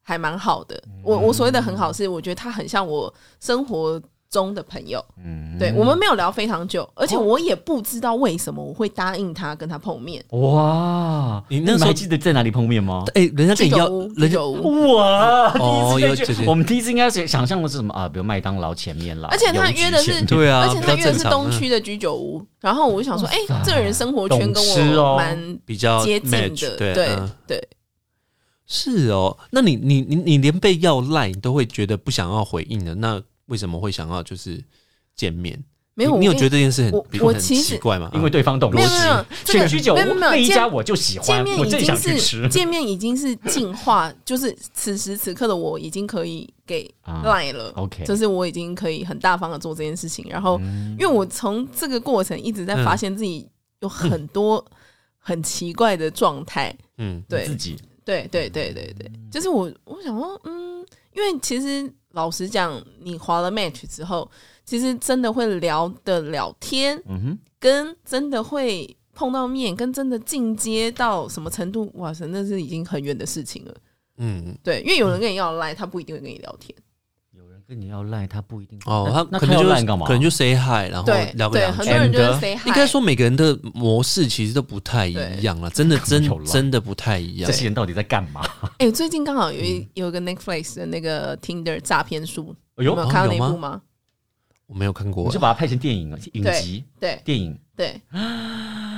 Speaker 3: 还蛮好的。
Speaker 1: 嗯
Speaker 3: 我我所谓的很好是，我觉得他很像我生活中的朋友。
Speaker 2: 嗯，
Speaker 3: 对我们没有聊非常久，而且我也不知道为什么我会答应他跟他碰面。
Speaker 2: 哇，
Speaker 1: 你那时候
Speaker 2: 还记得在哪里碰面吗？
Speaker 1: 哎、人家跟
Speaker 3: 居
Speaker 1: 你要
Speaker 3: 酒屋，，居
Speaker 1: 人家
Speaker 3: 酒屋。
Speaker 2: 哇，
Speaker 1: 哦
Speaker 2: 第一次
Speaker 1: 有
Speaker 2: 就
Speaker 1: 姐姐
Speaker 2: 我们第一次应该是想象的是什么啊？比如麦当劳前面
Speaker 1: 哦
Speaker 2: 啦，
Speaker 3: 而且他约的
Speaker 2: 邮局
Speaker 3: 是
Speaker 2: 前面
Speaker 1: 对啊，
Speaker 3: 而且他
Speaker 1: 比
Speaker 3: 约
Speaker 1: 较正
Speaker 3: 的是
Speaker 1: 常
Speaker 3: 东区的居酒屋，然后我就想说，哎、这个人生活圈跟
Speaker 2: 懂吃哦
Speaker 3: 我蛮
Speaker 1: 比较
Speaker 3: 接近
Speaker 1: match，
Speaker 3: 的，
Speaker 1: 对
Speaker 3: 对、
Speaker 1: 嗯
Speaker 3: 对。
Speaker 1: 是哦，那你你你你连被要赖你都会觉得不想要回应的，那为什么会想要就是见面？
Speaker 3: 没有，
Speaker 1: 你你有
Speaker 3: 我
Speaker 1: 觉得这件事很
Speaker 3: 我
Speaker 1: 比
Speaker 3: 我
Speaker 1: 很
Speaker 3: 其
Speaker 1: 奇
Speaker 3: 实
Speaker 1: 怪吗？啊
Speaker 2: 因为对方懂
Speaker 3: 没有
Speaker 2: 逻辑
Speaker 3: 没有没有这个
Speaker 2: 选居酒屋
Speaker 3: 没有没有
Speaker 2: 那一家
Speaker 3: 见
Speaker 2: 我就喜
Speaker 3: 见
Speaker 2: 欢，
Speaker 3: 面
Speaker 2: 我
Speaker 3: 已
Speaker 2: 正
Speaker 3: 经
Speaker 2: 想去
Speaker 3: 是
Speaker 2: 吃。
Speaker 3: 见面已经是进化，就是此时此刻的我已经可以给
Speaker 2: 啊
Speaker 3: Line 了。
Speaker 2: OK 嗯
Speaker 3: 就是我已经可以很大方的做这件事情。然后，因为我从这个过程一直在
Speaker 1: 嗯
Speaker 3: 发现自己有很多
Speaker 2: 嗯
Speaker 3: 很奇怪的状态。
Speaker 1: 嗯，
Speaker 3: 对
Speaker 2: 自己
Speaker 3: 对对对对对，
Speaker 2: 嗯
Speaker 3: 就是我我想说，嗯，因为其实老实讲，你滑了 match 之后，其实真的会聊得了天，
Speaker 2: 嗯哼，
Speaker 3: 跟真的会碰到面，跟真的进阶到什么程度，哇塞，那是已经很远的事情了。
Speaker 1: 嗯，
Speaker 3: 对，因为有人跟你要赖，他不一定会跟你聊天。
Speaker 2: 有人跟你要赖，他不一定
Speaker 1: 哦，
Speaker 2: 那
Speaker 1: 他
Speaker 2: 那
Speaker 1: 可能
Speaker 2: 要
Speaker 1: 就
Speaker 2: 赖干嘛？
Speaker 1: 可能就 say hi，然后
Speaker 3: 对
Speaker 1: 哦聊个
Speaker 3: 对，
Speaker 1: 两
Speaker 3: 很
Speaker 1: 句。
Speaker 3: 多人就
Speaker 2: and-
Speaker 3: 是 say hi。
Speaker 1: 应该说每个人的模式其实都不太一样了，真的真
Speaker 2: 有啦
Speaker 1: 真的不太一样
Speaker 2: 这。些人到底在干嘛？
Speaker 3: 哎、最近刚好有一有一个 Netflix 的那个 Tinder 诈骗书，
Speaker 2: 哎
Speaker 3: 有
Speaker 2: 呦
Speaker 3: 没，有
Speaker 1: 哦
Speaker 3: 看到
Speaker 1: 有
Speaker 3: 那
Speaker 1: 吗
Speaker 3: 一部吗？
Speaker 1: 我没有看过啊
Speaker 2: 我
Speaker 3: 啊
Speaker 2: 就，把它拍成电影了，影集
Speaker 3: 对
Speaker 2: 电影。
Speaker 3: 对，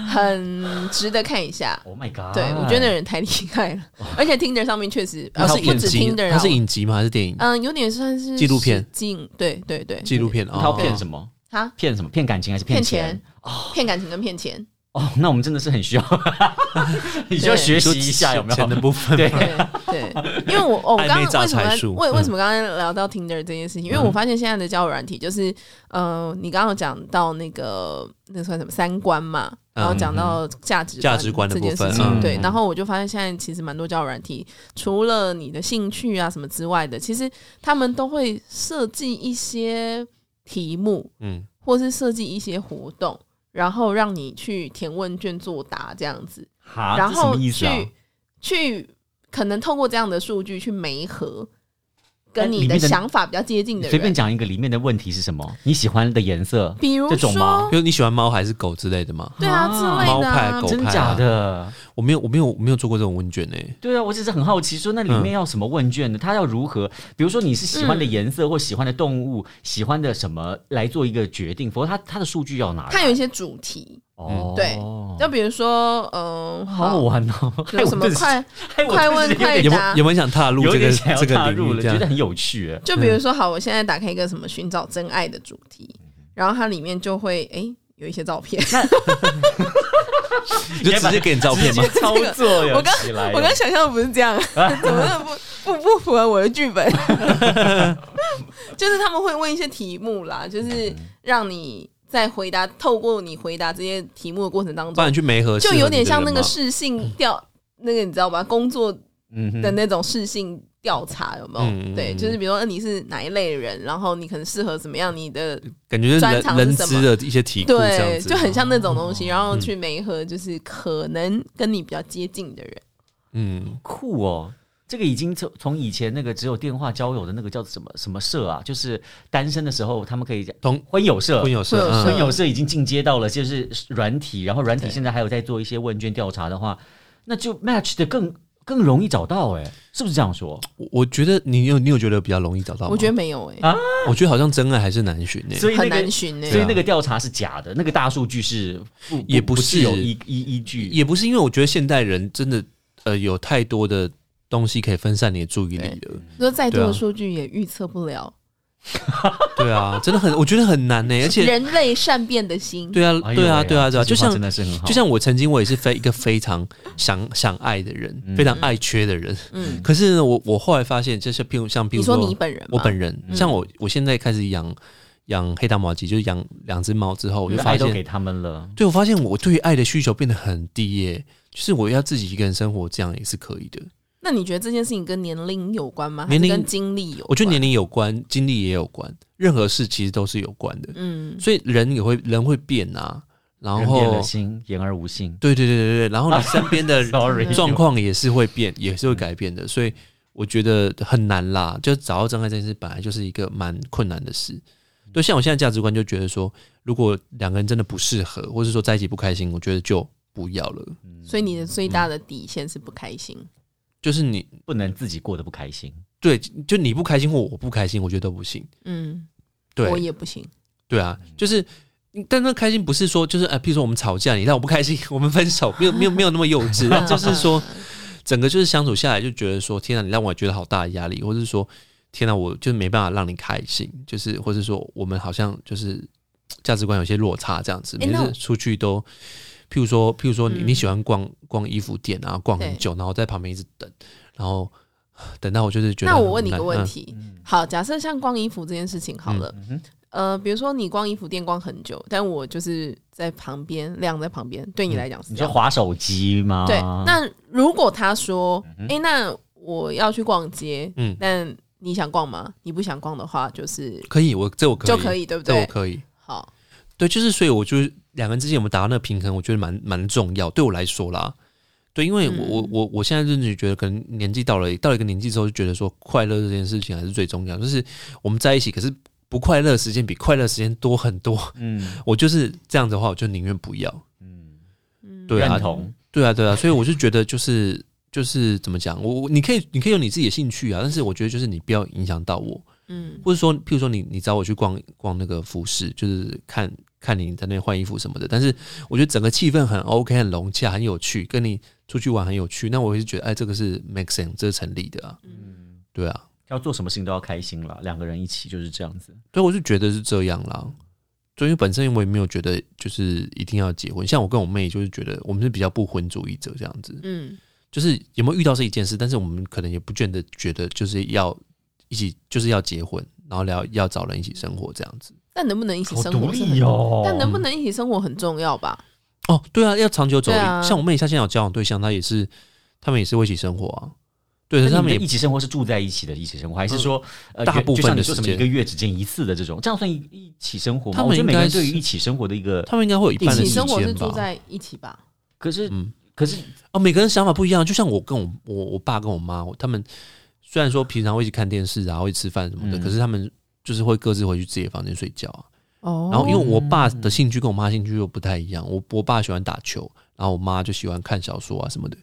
Speaker 3: 很值得看 一下。
Speaker 2: Oh my god！
Speaker 3: 对，我觉得那人太厉害了，而且 Tinder 上面确实，
Speaker 1: 它
Speaker 3: 呃
Speaker 1: 啊哦是
Speaker 3: 不
Speaker 1: 影
Speaker 3: 止
Speaker 1: 集，
Speaker 3: Tinder，
Speaker 1: 它是
Speaker 3: 啊
Speaker 1: 影集吗？还是电影？
Speaker 3: 嗯，有点算是
Speaker 1: 纪录片
Speaker 3: 实境，对对对，
Speaker 1: 纪录片啊？
Speaker 2: 他要骗什
Speaker 1: 么？
Speaker 2: 么？
Speaker 3: 他
Speaker 2: 骗什么？骗感情还是
Speaker 3: 骗
Speaker 2: 钱
Speaker 3: 钱？、骗感情跟骗钱，
Speaker 2: 哦，那我们真的是很需要， 你需要学习一下有没
Speaker 1: 钱的
Speaker 2: 有？
Speaker 1: 部分？
Speaker 2: 对，
Speaker 3: 对对，因为我哦我
Speaker 1: 暧昧
Speaker 3: 刚刚
Speaker 1: 榨
Speaker 3: 为什么
Speaker 1: 财
Speaker 3: 要
Speaker 1: 术
Speaker 3: 为
Speaker 1: 嗯
Speaker 3: 为什么刚刚聊到 Tinder 这件事情？因为我发现现在的交友软体就是，呃，你刚刚有讲到那个那算什么三观嘛，然后讲到价值
Speaker 1: 嗯价值观的
Speaker 3: 这件
Speaker 1: 部分
Speaker 3: 事
Speaker 2: 嗯
Speaker 3: 情，对
Speaker 2: 嗯，
Speaker 3: 然后我就发现现在其实蛮多交友软体，除了你的兴趣啊什么之外的，其实他们都会设计一些题目，
Speaker 1: 嗯，
Speaker 3: 或是设计一些活动。然后让你去填问卷作答这样子，
Speaker 2: 哈，
Speaker 3: 然
Speaker 2: 这什
Speaker 3: 后
Speaker 2: 么意思
Speaker 3: 去、
Speaker 2: 啊？
Speaker 3: 去可能透过这样的数据去媒合，
Speaker 2: 哎
Speaker 3: 跟你
Speaker 2: 里
Speaker 3: 的
Speaker 2: 面的
Speaker 3: 想法比较接近
Speaker 2: 你
Speaker 3: 的
Speaker 2: 随便
Speaker 3: 人，
Speaker 2: 讲一个里面的问题是什么？你喜欢的颜色？
Speaker 3: 比如
Speaker 2: 这种吗
Speaker 3: 说
Speaker 1: 比如你喜欢猫还是狗之类的吗？
Speaker 3: 对啊之
Speaker 2: 啊
Speaker 3: 类
Speaker 1: 猫
Speaker 3: 的、
Speaker 1: 派
Speaker 3: 啊
Speaker 1: 狗，派
Speaker 2: 真
Speaker 1: 啊
Speaker 2: 假的？
Speaker 1: 我没有，我没有，我没有做过这种问卷欸呢。
Speaker 2: 对啊，我只是很好奇，说那里面要什么问卷呢？它要如何？比如说你是喜欢的颜
Speaker 3: 嗯
Speaker 2: 色，或喜欢的动物，喜欢的什么来做一个决定，否则它它的数据要哪来？
Speaker 3: 它有一些主题，
Speaker 2: 哦，
Speaker 3: 对就比如说，嗯、
Speaker 2: 好好玩哦！害
Speaker 3: 有
Speaker 2: 我
Speaker 3: 什么
Speaker 2: 顿时
Speaker 3: 快，
Speaker 2: 害哎我顿
Speaker 3: 快
Speaker 2: 时
Speaker 3: 问
Speaker 2: 有
Speaker 3: 快
Speaker 2: 点
Speaker 1: 有没
Speaker 3: 答
Speaker 1: 有有没有想踏入
Speaker 2: 有
Speaker 1: 这
Speaker 2: 点
Speaker 1: 个
Speaker 2: 想要
Speaker 1: 这个
Speaker 2: 踏
Speaker 1: 领域？
Speaker 2: 入了，
Speaker 1: 这
Speaker 2: 觉得
Speaker 1: 样
Speaker 2: 很有趣哎。
Speaker 3: 就比如说，好，我现在打开一个什么寻找真爱的主题，然后它里面就会哎、诶有一些照片。
Speaker 1: 就直接给你照片吗
Speaker 2: 直？接操作呀
Speaker 3: 我刚
Speaker 2: 起来了
Speaker 3: 我刚想象的不是 这样，怎么那么不不不符合我的剧本？ 就是他们会问一些题目啦，就是让你在回答，透过你回答这些题目的过程当
Speaker 1: 不然
Speaker 3: 中，
Speaker 1: 你去媒合，
Speaker 3: 就有点像那个试性调，那个你知道吧？工作
Speaker 2: 嗯哼
Speaker 3: 的那种试性调查有没有？
Speaker 1: 嗯嗯嗯
Speaker 3: 对，就是比如说呃你是哪一类人，然后你可能适合怎么样，你的
Speaker 1: 感觉就是
Speaker 3: 专
Speaker 1: 人
Speaker 3: 长是
Speaker 1: 人
Speaker 3: 什
Speaker 1: 资的一些题库这样
Speaker 3: 对，
Speaker 1: 子，嗯
Speaker 3: 就很像那种东西，然后去媒合，就是可能跟你比较接近的人。
Speaker 1: 嗯，
Speaker 2: 酷哦。这个已经从从以前那个只有电话交友的那个叫什么什么社啊，就是单身的时候他们可以
Speaker 1: 同
Speaker 2: 婚友社，
Speaker 1: 婚友社，
Speaker 3: 婚友
Speaker 1: 嗯
Speaker 2: 婚友社已经进阶到了就是软体，然后软体
Speaker 3: 对
Speaker 2: 现在还有在做一些问卷调查的话，那就 match 的更更容易找到哎、是不是这样说？
Speaker 1: 我我觉得你有你有觉得比较容易找到吗？
Speaker 3: 我觉得没有
Speaker 1: 啊
Speaker 3: 哎、
Speaker 1: 我觉得好像真爱还是难欸寻呢。
Speaker 2: 所以那
Speaker 3: 很
Speaker 2: 个
Speaker 3: 难寻欸呢、
Speaker 2: 所以那个调查是假的，那个大数据是不
Speaker 1: 也不
Speaker 2: 不
Speaker 1: 是
Speaker 2: 有依依依据。
Speaker 1: 也不是因为我觉得现代人真的呃有太多的东西可以分散你的注意力了，
Speaker 3: 说再多
Speaker 1: 对啊
Speaker 3: 的数据也预测不了、
Speaker 1: 对啊，真的很我觉得很难欸呢，而且
Speaker 3: 人类善变的心。
Speaker 1: 对啊
Speaker 2: 哎呦
Speaker 1: 对啊
Speaker 2: 喂
Speaker 1: 对啊对啊，
Speaker 2: 这
Speaker 1: 就
Speaker 2: 句话
Speaker 1: 像
Speaker 2: 真的是很好，
Speaker 1: 就像我曾经我也是非一个非常想 想爱的人，
Speaker 2: 嗯
Speaker 1: 非常爱缺的人，
Speaker 3: 嗯，
Speaker 1: 可是呢，我我后来发现，就是譬如像譬
Speaker 3: 你
Speaker 1: 如
Speaker 3: 说你本人吗，
Speaker 1: 我本人，
Speaker 2: 嗯
Speaker 1: 像我我现在开始养养黑糖玛吉，就是养两只猫之后，我
Speaker 2: 你
Speaker 1: 就
Speaker 2: 的
Speaker 1: 发
Speaker 2: 爱都给
Speaker 1: 现，
Speaker 2: 他们了。
Speaker 1: 对我发现我对于爱的需求变得很低耶、就是我要自己一个人生活，这样也是可以的。
Speaker 3: 那你觉得这件事情跟年龄有关吗？还
Speaker 1: 年
Speaker 3: 是
Speaker 1: 龄
Speaker 3: 跟经历有关？
Speaker 1: 我觉得年龄有关，经历也有关，任何事其实都是有关的。
Speaker 3: 嗯，
Speaker 1: 所以人也会人会变啊，然
Speaker 2: 人变
Speaker 1: 后
Speaker 2: 了心，言而无信。嗯
Speaker 1: 对对对对对，然后你身边的
Speaker 2: Sorry，
Speaker 1: 状况也是会变，也是会改变的。所以我觉得很难啦。就找到真爱这件事，本来就是一个蛮困难的事。对，像我现在价值观就觉得说，如果两个人真的不适合，或是说在一起不开心，我觉得就不要了。
Speaker 2: 嗯
Speaker 3: 所以你的最大的底线是不开心。
Speaker 1: 就是你
Speaker 2: 不能自己过得不开心。
Speaker 1: 对，就你不开心或我不开心，我觉得都不行。
Speaker 3: 嗯，
Speaker 1: 对
Speaker 3: 我，也不行。
Speaker 1: 对啊，
Speaker 3: 嗯
Speaker 1: 就是，但那开心不是说就是哎、呃譬如说我们吵架，你让我不开心， 我们分手，没有没有没有那么幼稚，但就是 说，整个就是相处下来就觉得说，天啊，你让我觉得好大的压力，或是说，天啊，我就没办法让你开心，就是或是说，我们好像就是价值观有些落差这样子，
Speaker 3: 诶
Speaker 1: 每
Speaker 3: 那
Speaker 1: 次
Speaker 3: 我
Speaker 1: 出去都。譬如说，譬如说你、
Speaker 3: 嗯
Speaker 1: 你喜欢逛逛衣服店啊，逛很
Speaker 3: 对
Speaker 1: 久，然后在旁边一直等，然后 等到我就是觉得
Speaker 3: 那我问
Speaker 1: 很
Speaker 3: 你个
Speaker 1: 难
Speaker 3: 问
Speaker 1: 嗯
Speaker 3: 题，好，假设像逛衣服这件事情好了，呃，比如说你逛衣服店逛很久，但我就是在旁边晾在旁边，对
Speaker 1: 嗯
Speaker 3: 你来讲是
Speaker 2: 你
Speaker 3: 这
Speaker 2: 说
Speaker 3: 样。
Speaker 2: 划手机
Speaker 1: 啊
Speaker 2: 吗？
Speaker 3: 对，那如果他说，哎、那我要去逛街，
Speaker 1: 嗯
Speaker 3: 但你想逛吗？你不想逛的话，就是
Speaker 1: 可以，我这我可以
Speaker 3: 就可以，对不
Speaker 1: 这我
Speaker 3: 对？
Speaker 1: 可以，
Speaker 3: 好，
Speaker 1: 对，就是所以我就是两个人之间有没有达到那个平衡，我觉得蛮蛮重要，对我来说啦。对，因为我、我我我现在就是觉得，可能年纪到了到了一个年纪之后，就觉得说快乐这件事情还是最重要。就是我们在一起，可是不快乐的时间比快乐的时间多很多。
Speaker 2: 嗯
Speaker 1: 我就是这样子的话，我就宁愿不要。
Speaker 2: 嗯，
Speaker 3: 嗯，
Speaker 1: 对啊
Speaker 2: 认同。
Speaker 1: 对啊，对啊，所以我就觉得就是就是怎么讲，我我你可以你可以有你自己的兴趣啊，但是我觉得就是你不要影响到我。
Speaker 3: 嗯
Speaker 1: 或者说，譬如说你你找我去逛逛那个服饰，就是看看你在那边换衣服什么的，但是我觉得整个气氛很 OK，很融洽，很有趣，跟你出去玩很有趣，那我会觉得哎，这个是 make sense，这是成立的啊，
Speaker 3: 嗯，
Speaker 1: 对啊，
Speaker 2: 要做什么事情都要开心了，两个人一起就是这样子。
Speaker 1: 对，我就觉得是这样啦。对，因为本身我也没有觉得就是一定要结婚，像我跟我妹就是觉得我们是比较不婚主义者这样子，
Speaker 3: 嗯，
Speaker 1: 就是有没有遇到是一件事，但是我们可能也不见得觉得就是要一起就是要结婚，然后要要找人一起生活这样子。
Speaker 3: 但能不能一起生活是很？
Speaker 2: 哦
Speaker 3: 但能不能一起生活很重要吧？
Speaker 1: 哦，对啊，要长久走。
Speaker 3: 对啊
Speaker 1: 像我妹她现在有交往对象，她也是，他们也是会一起生活啊。对，可
Speaker 2: 但
Speaker 1: 是
Speaker 2: 是
Speaker 1: 他
Speaker 2: 他
Speaker 1: 们
Speaker 2: 们
Speaker 1: 也
Speaker 2: 一起生活是住在一起的一起生活，还是说、呃
Speaker 1: 大
Speaker 2: 就
Speaker 1: 部分的
Speaker 2: 就像你说
Speaker 1: 时
Speaker 2: 什
Speaker 1: 间
Speaker 2: 么一个月只见一次的这种，这样算一一起生活吗？
Speaker 1: 他们
Speaker 2: 我觉得每个人
Speaker 1: 应该
Speaker 2: 对
Speaker 1: 是
Speaker 2: 于一起生活的一个，
Speaker 1: 他们应该会有一
Speaker 3: 一
Speaker 1: 半的
Speaker 3: 起
Speaker 1: 时
Speaker 3: 生活是
Speaker 1: 间
Speaker 3: 住
Speaker 1: 吧。
Speaker 3: 在一起吧？
Speaker 2: 可是、
Speaker 1: 嗯
Speaker 2: 可是
Speaker 1: 哦，每个人想法不一样。就像我跟我我我爸跟我妈，他们虽然说平常会一起看电视啊，会吃饭什么的，
Speaker 2: 嗯
Speaker 1: 可是他们就是会各自回去自己的房间睡觉啊。
Speaker 3: 哦
Speaker 1: 然后因为我爸的兴趣跟我妈兴趣又不太一样，我我爸喜欢打球，然后我妈就喜欢看小说啊什么的，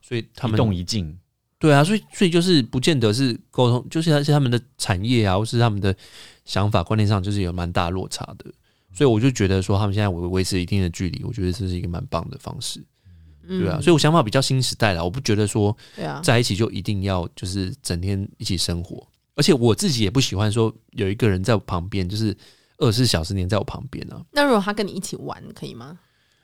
Speaker 1: 所以他
Speaker 2: 一
Speaker 1: 们
Speaker 2: 动一静，
Speaker 1: 对啊，所以所以就是不见得是沟通，就是而且他们的产业啊，或是他们的想法观念上，就是有蛮大落差的。所以我就觉得说，他们现在维维持一定的距离，我觉得这是一个蛮棒的方式，对
Speaker 3: 嗯
Speaker 1: 啊。所以我想法比较新时代啦，我不觉得说
Speaker 3: 以对啊，
Speaker 1: 在一起就一定要就是整天一起生活，而且我自己也不喜欢说有一个人在我旁边，就是二十四小时黏在我旁边啊。
Speaker 3: 那如果他跟你一起玩，可以吗？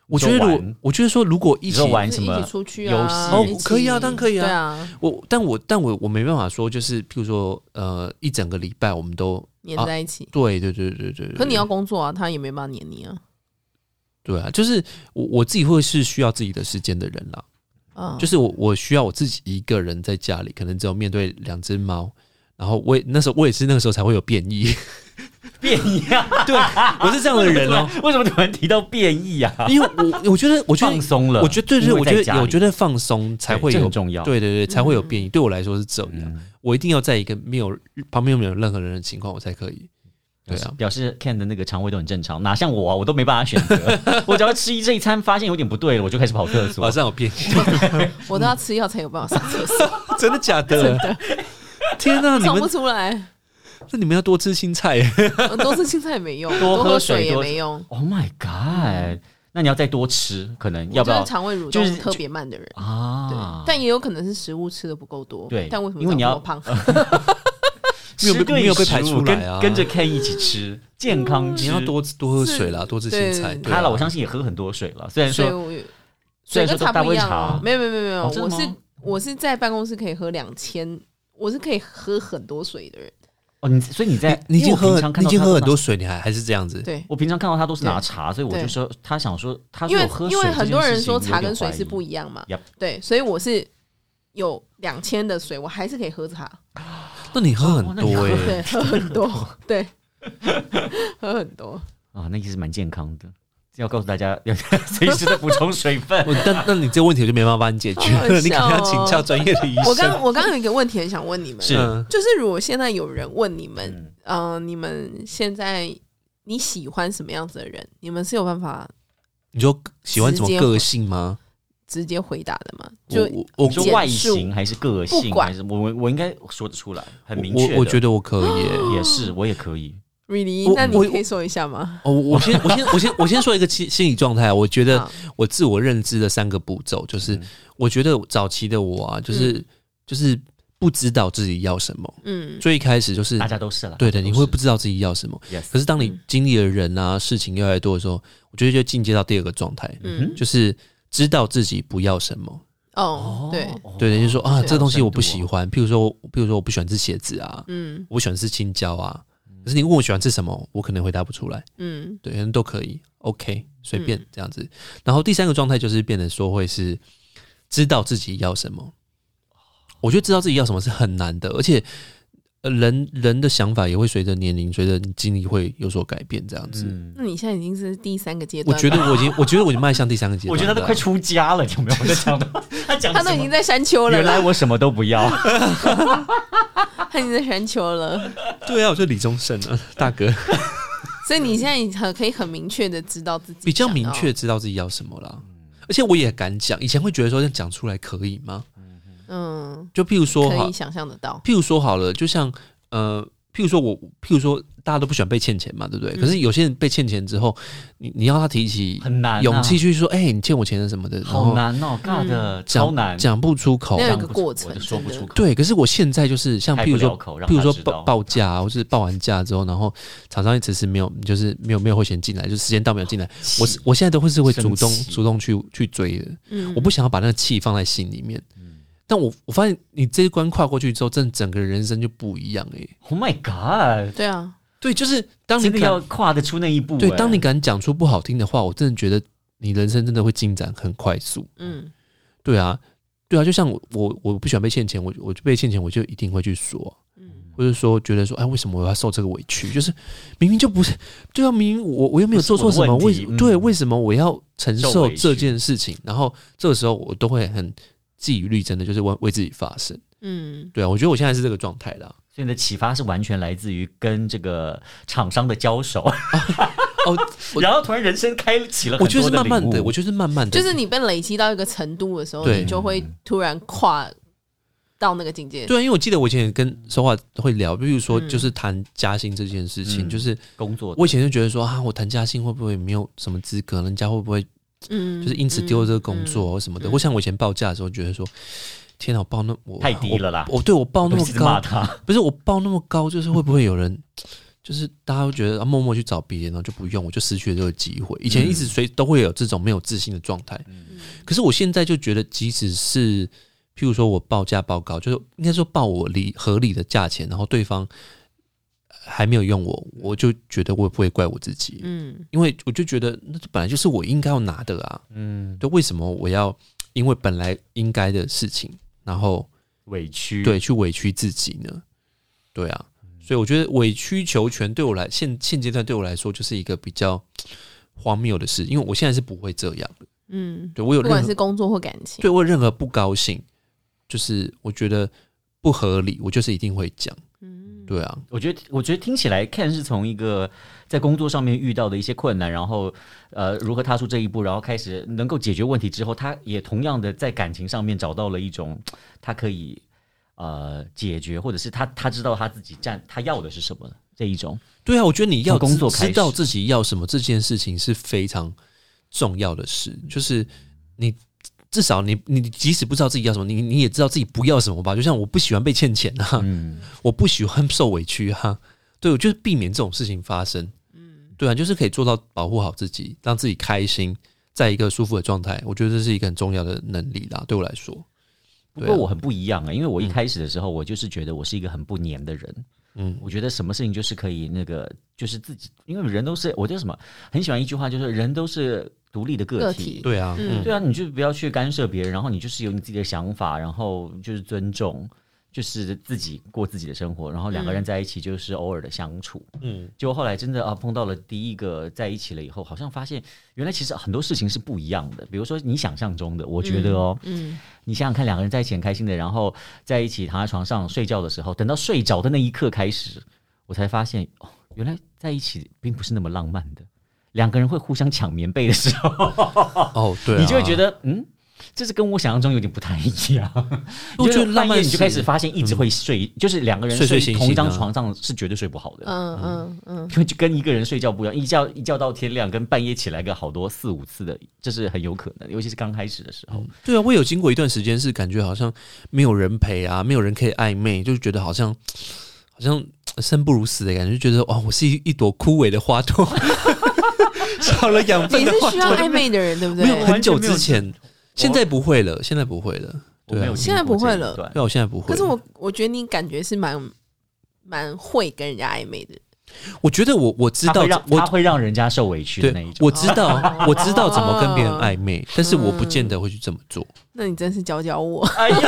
Speaker 1: 我觉得
Speaker 2: 你
Speaker 1: 如果
Speaker 2: 说玩
Speaker 1: 我觉得说如果一
Speaker 2: 你
Speaker 1: 起
Speaker 2: 说玩
Speaker 3: 就
Speaker 2: 什
Speaker 3: 是
Speaker 2: 么
Speaker 3: 一起出去
Speaker 2: 游
Speaker 3: 啊？
Speaker 2: 戏
Speaker 1: 哦
Speaker 3: 一起
Speaker 1: 可以啊当然可以啊
Speaker 3: 对啊，
Speaker 1: 我，但我但我我没办法说，就是譬如说呃一整个礼拜我们都
Speaker 3: 黏在一起。
Speaker 1: 对对对对对对。
Speaker 3: 可你要工作啊，他也没办法黏你啊。
Speaker 1: 对啊，就是我我自己会是需要自己的时间的人啦，
Speaker 3: 嗯，
Speaker 1: 就是我我需要我自己一个人在家里，可能只有面对两只猫。然后我也那时候我也是那个时候才会有变异，
Speaker 2: 变异啊！
Speaker 1: 对 我是这样的人 哦，
Speaker 2: 为什么突然提到变异啊？
Speaker 1: 因为我我觉得我觉
Speaker 2: 放
Speaker 1: 得
Speaker 2: 松了，
Speaker 1: 我觉得对
Speaker 2: 因
Speaker 1: 对，
Speaker 2: 为
Speaker 1: 我
Speaker 2: 在
Speaker 1: 觉
Speaker 2: 家
Speaker 1: 得
Speaker 2: 里
Speaker 1: 我觉得放松才
Speaker 2: 对
Speaker 1: 会
Speaker 2: 这
Speaker 1: 有
Speaker 2: 很重要嗯
Speaker 1: 对对对，才会有变异。对我来说是这样，我一定要在一个没有旁边没有任何人的情况，我才可以。
Speaker 2: 嗯
Speaker 1: 对啊，
Speaker 2: 表示 Ken 的那个肠胃都很正常，哪像我啊，我都没办法选 择。我只要吃这一餐发现有点不对了，我就开始跑厕
Speaker 1: 马
Speaker 2: 所。
Speaker 1: 上有变异，
Speaker 3: 我都要吃药才有办法上厕所，
Speaker 1: 真的假的？ 天哪、你
Speaker 3: 走不
Speaker 1: 们
Speaker 3: 出来。
Speaker 1: 那你们要多吃青菜耶。啊
Speaker 3: 我多吃青菜也没用，
Speaker 2: 多喝
Speaker 3: 喝
Speaker 2: 水
Speaker 3: 也
Speaker 2: 多
Speaker 3: 没用。
Speaker 2: Oh my god！那你要再多吃，可能要不
Speaker 3: 就
Speaker 2: 要
Speaker 3: 是肠胃蠕
Speaker 2: 就是
Speaker 3: 动特别慢的人。对
Speaker 2: 啊，？
Speaker 3: 但也有可能是食物吃的不够多。
Speaker 2: 对
Speaker 3: 但为什么
Speaker 2: 因为你
Speaker 3: 长
Speaker 2: 要
Speaker 3: 这么胖？
Speaker 1: 没有被
Speaker 2: 吃对
Speaker 1: 没有被
Speaker 2: 食
Speaker 1: 排出
Speaker 2: 物
Speaker 1: 来啊嗯
Speaker 2: 跟跟着 Ken 一 起吃，健康吃。
Speaker 1: 你要多多喝水啦，多吃青菜。
Speaker 3: 对
Speaker 1: 对啊
Speaker 2: 他了，我相信也喝很多水了。虽然
Speaker 3: 水
Speaker 2: 说
Speaker 3: 我也
Speaker 2: 虽
Speaker 3: 水
Speaker 2: 然
Speaker 3: 跟
Speaker 2: 说
Speaker 3: 茶
Speaker 2: 大
Speaker 3: 不
Speaker 2: 胃
Speaker 3: 一样
Speaker 2: 茶
Speaker 3: 哦，没有没有没有没有，
Speaker 2: 哦真的
Speaker 3: 我
Speaker 2: 吗
Speaker 3: 是我是在办公室可以喝两千，我是可以喝很多水的人。
Speaker 2: 哦，你所以你在
Speaker 1: 你已经
Speaker 2: 因为我
Speaker 1: 喝
Speaker 2: 平常，
Speaker 1: 你
Speaker 2: 看
Speaker 1: 已
Speaker 2: 到
Speaker 1: 经
Speaker 2: 他
Speaker 1: 喝
Speaker 2: 都
Speaker 1: 很多
Speaker 2: 拿。
Speaker 1: 水，你还还是这样子。
Speaker 3: 对，
Speaker 2: 我平常看到他都是拿
Speaker 3: 对
Speaker 2: 茶，所以我就
Speaker 3: 对
Speaker 2: 说他想说，他
Speaker 3: 因
Speaker 2: 说
Speaker 3: 为
Speaker 2: 有喝
Speaker 3: 因为
Speaker 2: 水这
Speaker 3: 很
Speaker 2: 件
Speaker 3: 多人
Speaker 2: 事情
Speaker 3: 说
Speaker 2: 有
Speaker 3: 茶
Speaker 2: 点
Speaker 3: 跟水
Speaker 2: 怀
Speaker 3: 是
Speaker 2: 疑
Speaker 3: 不一样嘛
Speaker 2: Yup，
Speaker 3: 对，所以我是有两千的水，我还是可以喝茶，
Speaker 1: 那你喝很多
Speaker 2: 哦那你
Speaker 1: 哎，
Speaker 3: 对， 喝很多，对，喝很多。
Speaker 2: 啊，那也是蛮健康的。要告诉大家要 随时的补充水分。
Speaker 1: 我但那你这个问题我就没办法帮你解决
Speaker 3: 好好笑
Speaker 1: 了，
Speaker 3: 哦
Speaker 1: 你可能要请教专业的医
Speaker 3: 我
Speaker 1: 生。
Speaker 3: 刚我刚刚有一个问题很想问你们，
Speaker 2: 是
Speaker 1: 嗯
Speaker 3: 就是如果现在有人问你们，
Speaker 2: 嗯，
Speaker 3: 呃，你们现在你喜欢什么样子的人，你们是有办法
Speaker 1: 你就喜欢什么个性吗？
Speaker 3: 直接回答的吗？
Speaker 1: 我
Speaker 3: 就
Speaker 1: 我我
Speaker 2: 你说
Speaker 3: 简
Speaker 2: 外
Speaker 3: 述
Speaker 2: 形还是个
Speaker 3: 不
Speaker 2: 性，
Speaker 3: 管
Speaker 2: 还是我我我应该说得出来，很明确
Speaker 1: 我我觉
Speaker 2: 得
Speaker 1: 得我可 以耶、欸
Speaker 2: 也是，我也可以。
Speaker 3: really，
Speaker 1: 我
Speaker 3: 那你
Speaker 1: 我
Speaker 3: 可以说一下吗？
Speaker 1: 哦，我我先我先我先我先说一个心心理状态，我觉得
Speaker 3: 好
Speaker 1: 我自我认知的三个步骤，就是
Speaker 2: 嗯
Speaker 1: 我觉得早期的我啊，就是、就是不知道自己要什么，
Speaker 3: 嗯
Speaker 1: 最一开始就是
Speaker 2: 大家都是了，
Speaker 1: 对的，你会不
Speaker 2: 知
Speaker 1: 知道自己要什么。可
Speaker 2: ？Yes，
Speaker 1: 是当你
Speaker 3: 嗯
Speaker 1: 经历了人啊事情越来越多的时候，我觉得就进阶到第二个状态，
Speaker 3: 嗯，
Speaker 1: 就是知道自己不要什么。
Speaker 3: 哦，对，
Speaker 1: 对的，就是说啊，
Speaker 3: 这
Speaker 1: 这
Speaker 3: 个
Speaker 1: 东西
Speaker 2: 深
Speaker 1: 我不
Speaker 2: 度
Speaker 1: 喜
Speaker 2: 哦
Speaker 1: 欢，譬如说，譬如说我不喜欢吃茄子啊，
Speaker 3: 嗯
Speaker 1: 我不喜欢吃青椒啊。可是你问我喜欢吃什么，我可能回答不出来。
Speaker 3: 嗯
Speaker 1: 对，人都可以，OK，随便
Speaker 3: 嗯
Speaker 1: 这样子。然后第三个状态就是变得说会是知道自己要什么。我觉得知道自己要什么是很难的，而且呃人人的想法也会随着年龄、随着你经历会有所改变，这样子。
Speaker 2: 嗯，
Speaker 3: 那你现在已经是第三个阶
Speaker 1: 我
Speaker 3: 段了，
Speaker 1: 觉得我已经，我觉得我已经迈向第三个阶段了。
Speaker 2: 我觉得他都快出家了，有没有？我在讲的，他讲
Speaker 3: 他都
Speaker 2: 什
Speaker 3: 已
Speaker 2: 么
Speaker 3: 经在山丘了
Speaker 2: 原来
Speaker 3: 啦，
Speaker 2: 我什么都不要，
Speaker 3: 他已经在山丘了，
Speaker 1: 对啊，我觉得李宗盛啊，大 哥
Speaker 3: 所以你现在很可以很明确的知道自己
Speaker 1: 比较
Speaker 3: 想
Speaker 1: 明
Speaker 3: 要
Speaker 1: 确，知道自己要什么啦。
Speaker 2: 嗯
Speaker 1: 而且我也敢讲，以前会觉得说这样讲出来可以吗？
Speaker 3: 嗯，
Speaker 1: 就譬如说哈
Speaker 3: 可以，想象得到，
Speaker 1: 譬如说好了，就像呃，譬如说我，譬如说大家都不喜欢被欠钱嘛，对不对？可是有些人被欠钱之后，你你要他提起
Speaker 2: 嗯很难啊，
Speaker 1: 勇气去说，哎、你欠我钱的什么的，然
Speaker 2: 好
Speaker 1: 后
Speaker 2: 难
Speaker 3: 嗯
Speaker 2: 哦，尬的
Speaker 1: 讲
Speaker 2: 超难，
Speaker 1: 讲不出口
Speaker 3: 那。有一
Speaker 2: 讲
Speaker 3: 个
Speaker 2: 不出
Speaker 3: 过程
Speaker 2: 我就说不出口。
Speaker 1: 对，可是我现在就是像
Speaker 2: 开
Speaker 1: 譬
Speaker 2: 不
Speaker 1: 如
Speaker 2: 了
Speaker 1: 说，
Speaker 2: 口，让
Speaker 1: 譬如
Speaker 2: 他
Speaker 1: 说
Speaker 2: 知
Speaker 1: 报
Speaker 2: 道
Speaker 1: 报价啊，或是报完价之后，然后厂商一直是没有，就是没有没有会先进来，就时间到没有进来。我是我现在都会是会主动
Speaker 2: 生气
Speaker 1: 主动去去追的，
Speaker 3: 嗯，
Speaker 1: 我不想要把那个气放在心里面。
Speaker 2: 嗯
Speaker 1: 但我我发现你这一关跨过去之后，真的整个人生就不一样哎、
Speaker 2: Oh my God！
Speaker 3: 对啊，
Speaker 1: 对，就是当你
Speaker 2: 真的
Speaker 1: 敢
Speaker 2: 要跨得出那一步欸。
Speaker 1: 对，当你敢讲出不好听的话，我真的觉得你人生真的会进展很快速。
Speaker 3: 嗯
Speaker 1: 对啊，对啊，就像我我我不喜欢被欠钱，我我就被欠钱，我就一定会去说，
Speaker 3: 嗯
Speaker 1: 或者说觉得说，哎，为什么我要受这个委屈？就是明明就不是，对啊，明明我我又没有做错什么，
Speaker 2: 不是我的
Speaker 1: 为
Speaker 2: 问
Speaker 1: 什
Speaker 2: 题
Speaker 1: 么对
Speaker 2: 嗯
Speaker 1: 为什么我要承
Speaker 2: 受
Speaker 1: 受
Speaker 2: 委屈
Speaker 1: 这件事情？然后这个时候我都会很自于律真的就是为为自己发声。
Speaker 3: 嗯，
Speaker 1: 对啊，我觉得我现在是这个状态啦。
Speaker 2: 所以你的启发是完全来自于跟这个厂商的交手，
Speaker 1: 哦，我
Speaker 2: 然后突然人生开启了很
Speaker 1: 我就
Speaker 2: 多
Speaker 1: 是慢慢
Speaker 2: 领
Speaker 1: 的，
Speaker 2: 悟
Speaker 1: 我就是慢慢的，
Speaker 3: 就是你被累积到一个程度的时候，
Speaker 1: 对
Speaker 3: 你就会突然跨到那个境界，
Speaker 1: 对啊，因为我记得我以前也跟说话会聊，比如说
Speaker 3: 嗯
Speaker 1: 就是谈加薪这件事情，
Speaker 2: 嗯
Speaker 1: 就是
Speaker 2: 工作的
Speaker 1: 我以前就觉得说啊，我谈加薪会不会没有什么资格，人家会不会
Speaker 3: 嗯，
Speaker 1: 就是因此丢了这个工作或什么的？
Speaker 3: 嗯
Speaker 1: 我想我以前报价的时候觉得说，天啊哪，我报那我
Speaker 2: 太低了啦
Speaker 1: 我我对我报那么
Speaker 2: 一直
Speaker 1: 高，
Speaker 2: 骂他，
Speaker 1: 不是我报那么高，就是会不会有人？就是大家会觉得啊，默默去找别人，然后就不用，我就失去了这个机会。以前一直随都会有这种没有自信的状态，
Speaker 3: 嗯
Speaker 1: 可是我现在就觉得，即使是譬如说我报价报高，就是应该说报我理合理的价钱，然后对方还没有用我，我就觉得我也不会怪我自己，
Speaker 3: 嗯
Speaker 1: 因为我就觉得那本来就是我应该要拿的啊，
Speaker 2: 嗯，
Speaker 1: 对，为什么我要因为本来应该的事情，然后
Speaker 2: 委屈，
Speaker 1: 对去委屈自己呢？对啊，所以我觉得委曲求全对我来现现阶段对我来说就是一个比较荒谬的事，因为我现在是不会这样的，
Speaker 3: 嗯，
Speaker 1: 对我有
Speaker 3: 不
Speaker 1: 任何
Speaker 3: 管是工作或感情，
Speaker 1: 对我有任何不高兴，就是我觉得不合理，我就是一定会讲。
Speaker 3: 嗯，
Speaker 1: 对啊，
Speaker 2: 我觉得，我觉得听起来看是从一个在工作上面遇到的一些困难，然后呃，如何踏出这一步，然后开始能够解决问题之后，他也同样的在感情上面找到了一种他可以呃解决，或者是他他知道他自己站他要的是什么这一种。
Speaker 1: 对啊，我觉得你要
Speaker 2: 从工作
Speaker 1: 知
Speaker 2: 开始
Speaker 1: 知道自己要什么这件事情是非常重要的事，就是你。至少你你即使不知道自己要什么，你你也知道自己不要什么吧？就像我不喜欢被欠钱啊，
Speaker 2: 嗯，
Speaker 1: 我不喜欢受委屈啊，对我就是避免这种事情发生。
Speaker 3: 嗯
Speaker 1: 对啊，就是可以做到保护好自己，让自己开心，在一个舒服的状态，我觉得这是一个很重要的能力啦。对我来说，
Speaker 2: 不
Speaker 1: 对
Speaker 2: 过
Speaker 1: 啊
Speaker 2: 我很不一样啊、因为我一开始的时候，我就是觉得我是一个很不粘的人。
Speaker 1: 嗯，
Speaker 2: 我觉得什么事情就是可以那个，就是自己，因为人都是，我叫什么，很喜欢一句话，就是人都是独立的
Speaker 3: 个
Speaker 2: 个体。
Speaker 3: 体
Speaker 1: 对啊，
Speaker 3: 嗯
Speaker 1: 嗯
Speaker 2: 对啊，你就不要去干涉别人，然后你就是有你自己的想法，然后就是尊重。就是自己过自己的生活，然后两个人在一起就是偶尔的相处。
Speaker 1: 嗯，
Speaker 2: 结果后来真的啊碰到了第一个在一起了以后，好像发现原来其实很多事情是不一样的。比如说你想象中的，我觉得哦，
Speaker 3: 嗯，
Speaker 2: 你想想看，两个人在一起很开心的，然后在一起躺在床上睡觉的时候，等到睡着的那一刻开始，我才发现哦，原来在一起并不是那么浪漫的。两个人会互相抢棉被的时候，
Speaker 1: 哦，对、啊，
Speaker 2: 你就会觉，得嗯。这是跟我想象中有点不太一样。
Speaker 1: 啊我觉得
Speaker 2: 就是
Speaker 1: 浪漫
Speaker 2: 半夜你
Speaker 1: 是嗯
Speaker 2: 就开始发现一直会睡，就是两个人
Speaker 1: 睡睡醒醒
Speaker 2: 同一张
Speaker 1: 啊
Speaker 2: 床上是绝对睡不好的。
Speaker 3: 嗯嗯嗯，
Speaker 2: 因为就跟一个人睡觉不一样，一觉一觉到天亮，跟半夜起来个好多四五次的，这是很有可能，尤其是刚开始的时候。
Speaker 1: 对啊，我有经过一段时间是感觉好像没有人陪啊，没有人可以暧昧，就是觉得好像好像生不如死的感觉，就觉得哇，我是一一朵枯萎的花朵， 少了养分
Speaker 3: 你
Speaker 1: 的花
Speaker 3: 是需要
Speaker 1: 朵，
Speaker 3: 暧昧的人，对不对
Speaker 1: 没？有很久之
Speaker 2: 完全
Speaker 1: 前，现在不会了，现在不会了，
Speaker 2: 我
Speaker 1: 对
Speaker 2: 没
Speaker 1: 啊
Speaker 2: 有，
Speaker 3: 现在不会了
Speaker 2: 对，
Speaker 1: 对啊，我现在不会了。
Speaker 3: 可是我我觉得你感觉是蛮蛮会跟人家暧昧的，
Speaker 1: 我觉得我我知
Speaker 2: 他
Speaker 1: 道
Speaker 2: 会让他
Speaker 1: 我。
Speaker 2: 会让人家受委屈的那
Speaker 1: 对
Speaker 2: 一，种。
Speaker 1: 我知 道，我知道怎么跟别人暧昧，但是我不
Speaker 3: 嗯
Speaker 1: 见得会去这么做。
Speaker 3: 那你真是教教我，
Speaker 1: 啊
Speaker 2: 哎呀，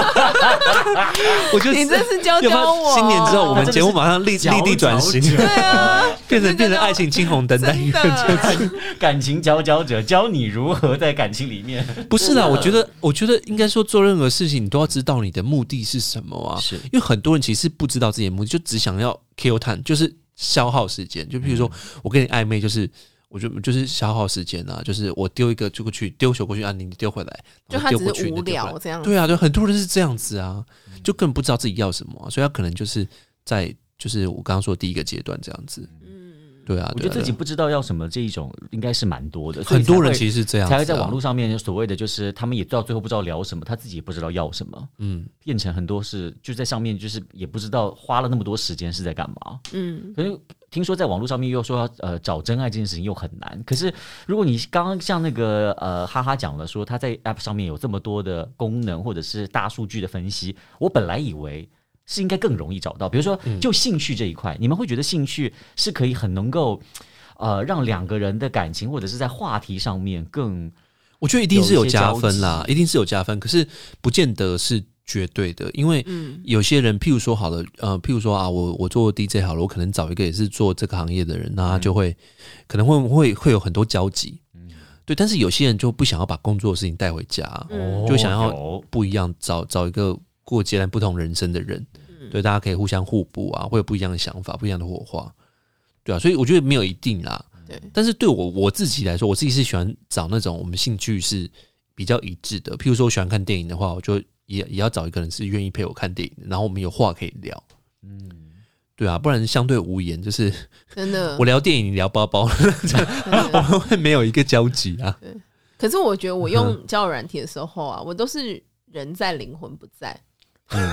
Speaker 1: 我觉得
Speaker 3: 你真是教
Speaker 1: 要不
Speaker 3: 教我。
Speaker 1: 要新年之后，我们节目马上立
Speaker 2: 真的
Speaker 1: 立
Speaker 2: 是
Speaker 1: 地转型，
Speaker 2: 佼佼
Speaker 3: 对啊，
Speaker 1: 变成变成爱情青红灯单
Speaker 3: 真
Speaker 1: 元。
Speaker 3: 的，
Speaker 2: 感情佼佼者教你如何在感情里面
Speaker 1: 不是啦，我觉得，我觉得应该说做任何事情，你都要知道你的目的是什么 啊。
Speaker 2: 是
Speaker 1: 因为很多人其实不知道自己的目的，就只想要 kill time，就是消耗时间。就比如说，
Speaker 2: 嗯
Speaker 1: 我跟你暧昧，就是我就就是消耗时间啊，就是我丢一个就过去，丢球过去啊，你丢回来，
Speaker 3: 就
Speaker 1: 然后
Speaker 3: 他
Speaker 1: 丢
Speaker 3: 只
Speaker 1: 过去
Speaker 3: 是
Speaker 1: 你
Speaker 3: 无
Speaker 1: 丢回来
Speaker 3: 聊这样。
Speaker 1: 对啊，对，很多人是这样子啊，
Speaker 2: 嗯
Speaker 1: 就根本不知道自己要什么啊、所以他可能就是在就是我刚刚说的第一个阶段这样子。
Speaker 3: 嗯，
Speaker 1: 对啊，
Speaker 2: 我觉
Speaker 1: 对
Speaker 2: 得
Speaker 1: 啊
Speaker 2: 自己
Speaker 1: 对啊
Speaker 2: 不知道要什么这一种，应该是蛮多的。所以
Speaker 1: 很多人
Speaker 2: 才会
Speaker 1: 其实是这样、子啊
Speaker 2: 才会在网络，上面所谓的就是他们也到最后不知道聊什么，他自己也不知道要什么，
Speaker 1: 嗯，
Speaker 2: 变成很多是就在上面就是也不知道花了那么多时间是在干嘛。
Speaker 3: 嗯，
Speaker 2: 可是听说在网络上面又说要呃找真爱这件事情又很难。可是如果你刚刚像那个呃哈哈讲了说他在 App 上面有这么多的功能或者是大数据的分析，我本来以为。是应该更容易找到，比如说就兴趣这一块，你们会觉得兴趣是可以很能够，呃，让两个人的感情或者是在话题上面更
Speaker 1: 我觉得一定是有
Speaker 2: 有一些
Speaker 1: 加
Speaker 2: 交
Speaker 1: 分啦，一定是有加分，可是不见得是绝对的，因为
Speaker 3: 嗯
Speaker 1: 有些人，譬如说好了，呃，譬如说啊，我我做 DJ 好了，我可能找一个也是做这个行业的人，那他就会、可能会会会有很多交集，对，但是有些人就不想要把工作的事情带回家，
Speaker 3: 嗯
Speaker 1: 就想要
Speaker 2: 哦有
Speaker 1: 不一样，找找一个过截然不同人生的人，对，大家可以互相互补啊，会有不一样的想法，不一样的火花，对啊，所以我觉得没有一定啦，
Speaker 3: 对，
Speaker 1: 但是对我我自己来说，我自己是喜欢找那种我们兴趣是比较一致的，譬如说我喜欢看电影的话，我就也也要找一个人是愿意陪我看电影的，然后我们有话可以聊，
Speaker 2: 嗯，
Speaker 1: 对啊，不然相对无言，就是
Speaker 3: 真的
Speaker 1: 我。聊电影，你聊包 包，
Speaker 3: 真的
Speaker 1: 我们会没有一个交集啊，
Speaker 3: 可是我觉得我
Speaker 2: 嗯
Speaker 3: 用交友软体的时候啊，我都是人在灵魂不在，嗯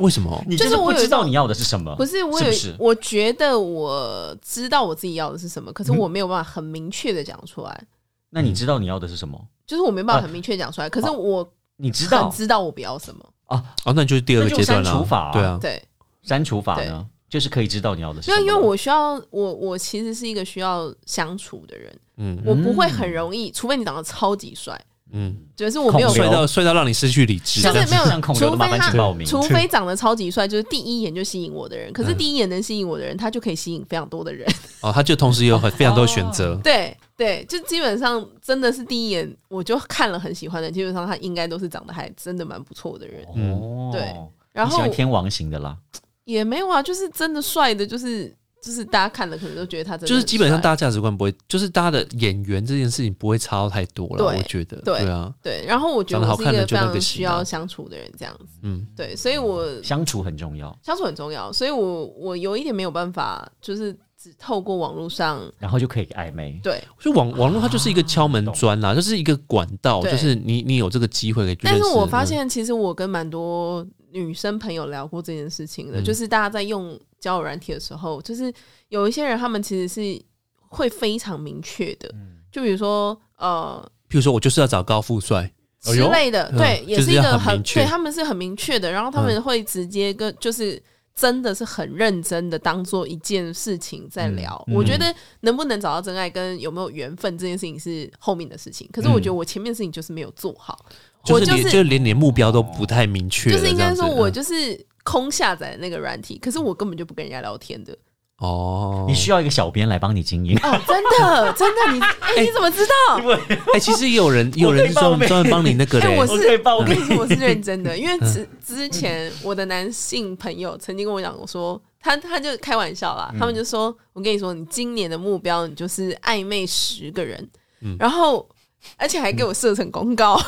Speaker 1: 为什么？
Speaker 2: 你
Speaker 3: 就是
Speaker 2: 真的
Speaker 3: 我
Speaker 2: 不
Speaker 3: 有一
Speaker 2: 知道
Speaker 3: 种
Speaker 2: 你要的是什么，
Speaker 3: 不是我有
Speaker 2: 不哦是嗯
Speaker 3: 我觉得我知道我自己要的是什么，可是我没有办法很明确的讲出来，
Speaker 2: 那你知道你要的是什么？
Speaker 3: 就是我没办法很明确地讲出来，可是我
Speaker 2: 你啊哦知
Speaker 3: 很
Speaker 2: 道
Speaker 3: 知道我不要什么，
Speaker 2: 啊？
Speaker 1: 哦，那就是第二个阶段
Speaker 2: 那
Speaker 1: 了、
Speaker 2: 就是删除法啊
Speaker 1: 对啊，
Speaker 3: 对，
Speaker 2: 删除法呢，就是可以知道你要的是
Speaker 3: 因
Speaker 2: 什么。
Speaker 3: 为因为我需要我我其实是一个需要相处的人，
Speaker 1: 嗯
Speaker 3: 我不会很容易，除非你长得超级帅，
Speaker 1: 嗯，
Speaker 3: 就是我没有
Speaker 2: 孔
Speaker 1: 帅
Speaker 2: 流
Speaker 1: 到帅到让你失去理智，
Speaker 3: 就是没有
Speaker 2: 像孔刘的
Speaker 3: 除非
Speaker 2: 麻烦
Speaker 3: 他
Speaker 2: 请报名。
Speaker 3: 除非长得超级帅，就是第一眼就吸引我的人。可是
Speaker 1: 嗯
Speaker 3: 第一眼能吸引我的人，他就可以吸引非常多的人。
Speaker 1: 哦，他就同时有很非常多的选择，
Speaker 3: 对对，就基本上真的是第一眼我就看了很喜欢的，基本上他应该都是长得还真的蛮不错的人。
Speaker 2: 哦，
Speaker 3: 嗯对
Speaker 2: 你
Speaker 3: 然
Speaker 2: 喜
Speaker 3: 后
Speaker 2: 欢天王型的啦，
Speaker 3: 也没有啊，就是真的帅的，就是就是大家看了可能都觉得他真的
Speaker 1: 就是基本上
Speaker 3: 很
Speaker 1: 大
Speaker 3: 帅
Speaker 1: 家价值观不会，就是大家的演员这件事情不会差到太多了，
Speaker 3: 对
Speaker 1: 我觉得，
Speaker 3: 对
Speaker 1: 对啊，
Speaker 3: 对。然后我觉
Speaker 1: 长得
Speaker 3: 得
Speaker 1: 好
Speaker 3: 我是一
Speaker 1: 看的
Speaker 3: 个
Speaker 1: 就
Speaker 3: 非
Speaker 1: 那个
Speaker 3: 常
Speaker 1: 型
Speaker 3: 需
Speaker 1: 啊
Speaker 3: 要相处的人，这样子
Speaker 1: 嗯。
Speaker 3: 对，所以我
Speaker 2: 相处很重要，
Speaker 3: 相处很重要，所以我我有一点没有办法，就是只透过网络上
Speaker 2: 然后就可以暧昧。
Speaker 3: 对，
Speaker 1: 就网网络它就是一个敲门砖啦，就是一个管道，
Speaker 3: 对
Speaker 1: 就是你你有这个机会可以嗯去认
Speaker 3: 但
Speaker 1: 识。
Speaker 3: 是我发现，其实我跟蛮多女生朋友聊过这件事情的，
Speaker 1: 嗯
Speaker 3: 就是大家在用交友软体的时候，就是有一些人他们其实是会非常明确的，
Speaker 1: 嗯
Speaker 3: 就比如说呃
Speaker 1: 嗯，譬如说我就是要找高富帅，哎
Speaker 3: 之
Speaker 1: 呦
Speaker 3: 类的，
Speaker 1: 嗯
Speaker 3: 对，也
Speaker 1: 就是
Speaker 3: 一
Speaker 1: 要
Speaker 3: 个
Speaker 1: 很明确嗯
Speaker 3: 对，他们是很明确的，然后他们会直接跟就是。真的是很认真的当做一件事情在聊，
Speaker 2: 嗯嗯
Speaker 3: 我觉得能不能找到真爱跟有没有缘分这件事情是后面的事情，可是我觉得我前面的事情就是没有做好，
Speaker 1: 嗯就是
Speaker 3: 我
Speaker 1: 连
Speaker 3: 就是
Speaker 1: 就连你的目标都不太明确
Speaker 3: 就
Speaker 1: 了这
Speaker 3: 是
Speaker 1: 样
Speaker 3: 应
Speaker 1: 子，
Speaker 3: 该说，我
Speaker 1: 嗯
Speaker 3: 就是空下载那个软体，可是我根本就不跟人家聊天的。
Speaker 1: 哦，
Speaker 2: 你需要一个小编来帮你经营。
Speaker 3: 哦，真的，真 的，你哎、你怎么知道？
Speaker 1: 哎，其实也有人也有人是
Speaker 2: 我
Speaker 1: 专
Speaker 2: 可以报备
Speaker 1: 专门帮你那个的，
Speaker 3: 哎、我
Speaker 2: 我可以
Speaker 3: 是
Speaker 2: 报
Speaker 3: 我跟你
Speaker 2: 名
Speaker 3: 说，我是认真的，因为
Speaker 1: 嗯
Speaker 3: 之之前我的男性朋友曾经跟我讲过说，他他就开玩笑啦，他
Speaker 1: 嗯
Speaker 3: 们就说，我跟你说，你今年的目标你就是暧昧十个人，
Speaker 1: 嗯
Speaker 3: 然后而且还给我设成公告，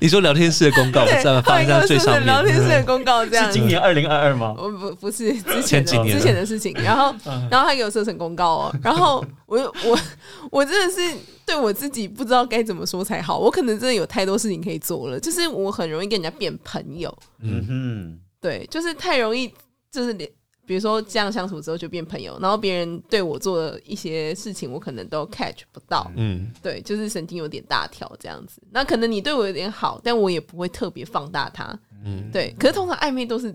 Speaker 1: 你说聊天室的公告，
Speaker 3: 对，
Speaker 1: 这样
Speaker 3: 后
Speaker 1: 放
Speaker 3: 来给
Speaker 1: 在
Speaker 3: 我设
Speaker 1: 最上
Speaker 3: 成聊天室的
Speaker 1: 面，嗯
Speaker 3: 公告这样
Speaker 2: 是 今年二零二二吗？
Speaker 3: 我不不是之
Speaker 1: 前
Speaker 3: 前的
Speaker 1: 几年
Speaker 3: 之
Speaker 1: 的
Speaker 3: 前的事情，然后然后他给我设成公告哦，然后我就我我真的是对我自己不知道该怎么说才好，我可能真的有太多事情可以做了，就是我很容易跟人家变朋友，
Speaker 1: 嗯
Speaker 2: 嗯
Speaker 3: 对，就是太容易就是连比如说这样相处之后就变朋友，然后别人对我做的一些事情我可能都 catch 不到，
Speaker 1: 嗯，
Speaker 3: 对，就是神经有点大条这样子，那可能你对我有点好，但我也不会特别放大它，
Speaker 1: 嗯
Speaker 3: 对，可是通常暧昧都是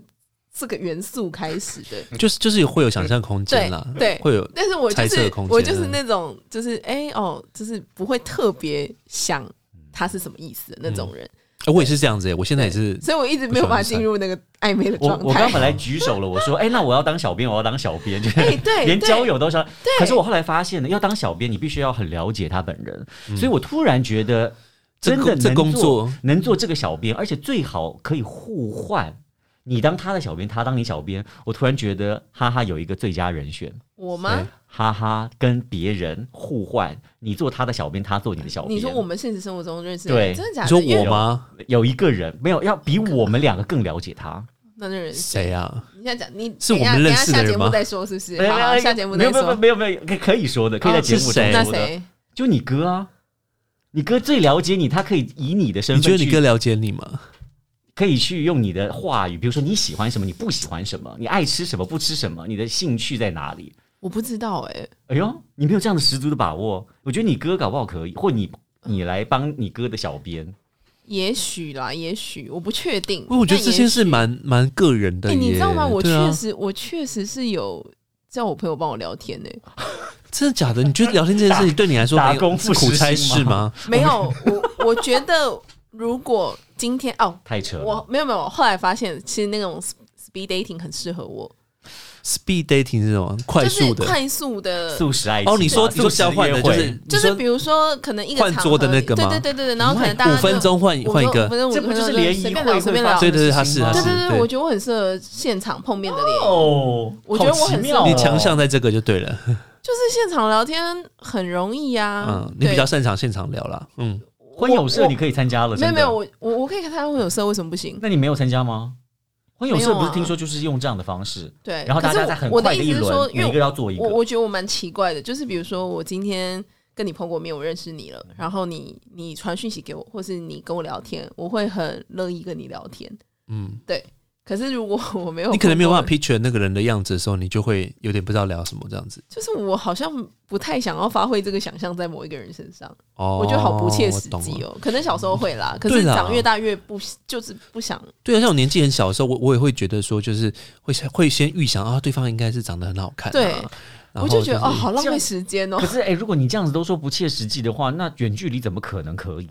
Speaker 3: 这个元素开始的。
Speaker 1: 就是就是会有想象空间啦，
Speaker 3: 对对
Speaker 1: 会有
Speaker 3: 但是我就
Speaker 1: 猜测
Speaker 3: 是
Speaker 1: 的空间
Speaker 3: 我就是那种就是哎、哦，就是不会特别想他是什么意思的那种人，
Speaker 1: 哎，我也是这样子欸，我现在也是
Speaker 3: 所以我一直没有办法进入那个暧昧的
Speaker 2: 我
Speaker 3: 状
Speaker 2: 我刚
Speaker 3: 态。
Speaker 2: 本来举手了，我说，哎、那我要当小编，我要当小编， 就是
Speaker 3: 哎对
Speaker 2: 连
Speaker 3: 对
Speaker 2: 交友都是要。可是我后来发现呢，要当小编，你必须要很了解他本人，所以我突然觉得，
Speaker 1: 嗯这
Speaker 2: 真的能
Speaker 1: 这工
Speaker 2: 做
Speaker 1: 作
Speaker 2: 能做这个小编，而且最好可以互换。你当他的小编，他当你小编，我突然觉得哈哈有一个最佳人选，
Speaker 3: 我吗？
Speaker 2: 哈哈跟别人互换，你做他的小编，他做你的小编。
Speaker 3: 你说我们现实生活中认识
Speaker 2: 对
Speaker 3: 的，真的假
Speaker 1: 你
Speaker 3: 的？
Speaker 1: 说
Speaker 3: 因为
Speaker 1: 我吗？
Speaker 2: 有一个人没有要比我们两个更了解他，
Speaker 3: 那那人，
Speaker 1: 谁啊？
Speaker 3: 你现在讲你
Speaker 1: 是我们
Speaker 3: 等一下
Speaker 1: 认识的人吗
Speaker 3: 等一下下节目再说是不是？
Speaker 2: 哎
Speaker 3: 好好，
Speaker 2: 哎
Speaker 3: 下节目
Speaker 2: 没
Speaker 3: 再
Speaker 2: 有没有
Speaker 3: 说。
Speaker 2: 没有没有可以可以说的，可以在
Speaker 1: 哦
Speaker 2: 节
Speaker 1: 是
Speaker 2: 目中
Speaker 1: 谁
Speaker 2: 说
Speaker 1: 有
Speaker 3: 那
Speaker 2: 的。
Speaker 3: 谁？
Speaker 2: 就你哥啊，你哥最了解你，他可以以你的身
Speaker 1: 你
Speaker 2: 份
Speaker 1: 觉得
Speaker 2: 去，
Speaker 1: 你更了解你吗？
Speaker 2: 可以去用你的话语，比如说你喜欢什么，你不喜欢什么，你爱吃什么，不吃什么，你的兴趣在哪里？
Speaker 3: 我不知道哎，
Speaker 2: 哎呦，你没有这样的十足的把握，我觉得你哥搞不好可以，或你你来帮你哥的小编，
Speaker 3: 也许啦，也许我不确定。
Speaker 1: 因为我觉得
Speaker 3: 但
Speaker 1: 这
Speaker 3: 也
Speaker 1: 件事蛮蛮个人的
Speaker 3: 哎，
Speaker 1: 耶，
Speaker 3: 你知道吗？我
Speaker 1: 对啊
Speaker 3: 确实我确实是有叫我朋友帮我聊天呢。
Speaker 1: 真的假的？你觉得聊天这件事情对你来说
Speaker 2: 打
Speaker 1: 很有
Speaker 2: 打工
Speaker 1: 是
Speaker 2: 不
Speaker 1: 苦
Speaker 2: 实
Speaker 1: 差
Speaker 2: 心
Speaker 1: 事吗
Speaker 2: 吗？
Speaker 3: 没有，我我觉得如果今天哦，
Speaker 2: 太扯了。
Speaker 3: 我没有没有，我后来发现其实那种 sp- speed dating 很适合我，
Speaker 1: Speed dating 是什么？快
Speaker 3: 就是
Speaker 1: 速的
Speaker 3: 快速的，
Speaker 2: 素食爱情
Speaker 1: 哦？你说
Speaker 2: 嘛
Speaker 1: 你说
Speaker 2: 素食
Speaker 1: 交换的，
Speaker 2: 约
Speaker 1: 就
Speaker 2: 会
Speaker 1: 是你
Speaker 3: 就是
Speaker 1: 说
Speaker 3: 比如说可能一个
Speaker 1: 换
Speaker 3: 场
Speaker 1: 桌的
Speaker 3: 合
Speaker 1: 那个吗
Speaker 3: 对对对对对，然后可能大家
Speaker 1: 五分
Speaker 3: 就
Speaker 1: 钟换
Speaker 3: 五
Speaker 1: 换一个，
Speaker 3: 分钟，
Speaker 2: 这
Speaker 3: 这
Speaker 2: 不就是联谊
Speaker 3: 随便
Speaker 2: 会
Speaker 3: 聊
Speaker 2: 会
Speaker 3: 随便
Speaker 2: 发
Speaker 3: 聊，
Speaker 1: 对
Speaker 2: 生
Speaker 3: 对
Speaker 2: 的
Speaker 1: 对对
Speaker 2: 事
Speaker 1: 他
Speaker 2: 情
Speaker 1: 是
Speaker 2: 吗
Speaker 1: 他
Speaker 3: 对
Speaker 1: 是
Speaker 3: 对，
Speaker 1: 对
Speaker 3: 我觉得我很适合现场碰面的联谊，
Speaker 2: 哦，
Speaker 3: 我觉得我
Speaker 2: 好奇
Speaker 3: 很
Speaker 2: 妙哦
Speaker 1: 你强项在这个就对了。
Speaker 3: 就是现场聊天很容易呀。
Speaker 1: 嗯，你比
Speaker 3: 对
Speaker 1: 较擅长现场聊啦。嗯，
Speaker 2: 婚友社
Speaker 3: 我
Speaker 2: 你可以参加了，
Speaker 3: 没有
Speaker 2: 真的
Speaker 3: 没有，，我我我可以看他会有色，为什么不行？
Speaker 2: 那你没有参加吗？婚友
Speaker 3: 没
Speaker 2: 社
Speaker 3: 有啊
Speaker 2: 不是听说就是用这样的方式，
Speaker 3: 对，
Speaker 2: 然后大
Speaker 3: 可是
Speaker 2: 家
Speaker 3: 我
Speaker 2: 在很
Speaker 3: 我
Speaker 2: 快
Speaker 3: 的
Speaker 2: 一
Speaker 3: 意思是说
Speaker 2: 轮，，
Speaker 3: 因为
Speaker 2: 每一个要做一个
Speaker 3: 我。我觉得我蛮奇怪的，就是比如说我今天跟你碰过面，我认识你了，然后你你传讯息给我，或是你跟我聊天，我会很乐意跟你聊天。
Speaker 1: 嗯，
Speaker 3: 可是如果我没有，
Speaker 1: 你可能没有办法，picture 那个人的样子的时候，你就会有点不知道聊什么这样子。
Speaker 3: 就是我好像不太想要发挥这个想象在某一个人身上，
Speaker 1: 哦，
Speaker 3: 我觉得好不切实
Speaker 1: 我懂
Speaker 3: 际
Speaker 1: 了。
Speaker 3: 哦。可能小时候 会啦，可
Speaker 1: 对
Speaker 3: 是
Speaker 1: 啦
Speaker 3: 长越大越不就是不想。
Speaker 1: 对啊，像我年纪很小的时候，我我也会觉得说，就是会会先预想啊，对方应该是长得很好看、啊，
Speaker 3: 对
Speaker 1: 然后
Speaker 3: 我就觉得
Speaker 1: 是
Speaker 3: 哦，好浪
Speaker 2: 这
Speaker 3: 费
Speaker 2: 样
Speaker 3: 时间哦
Speaker 2: 可。是哎、如果你这样子都说不切实际的话，那远距离怎么可能可以？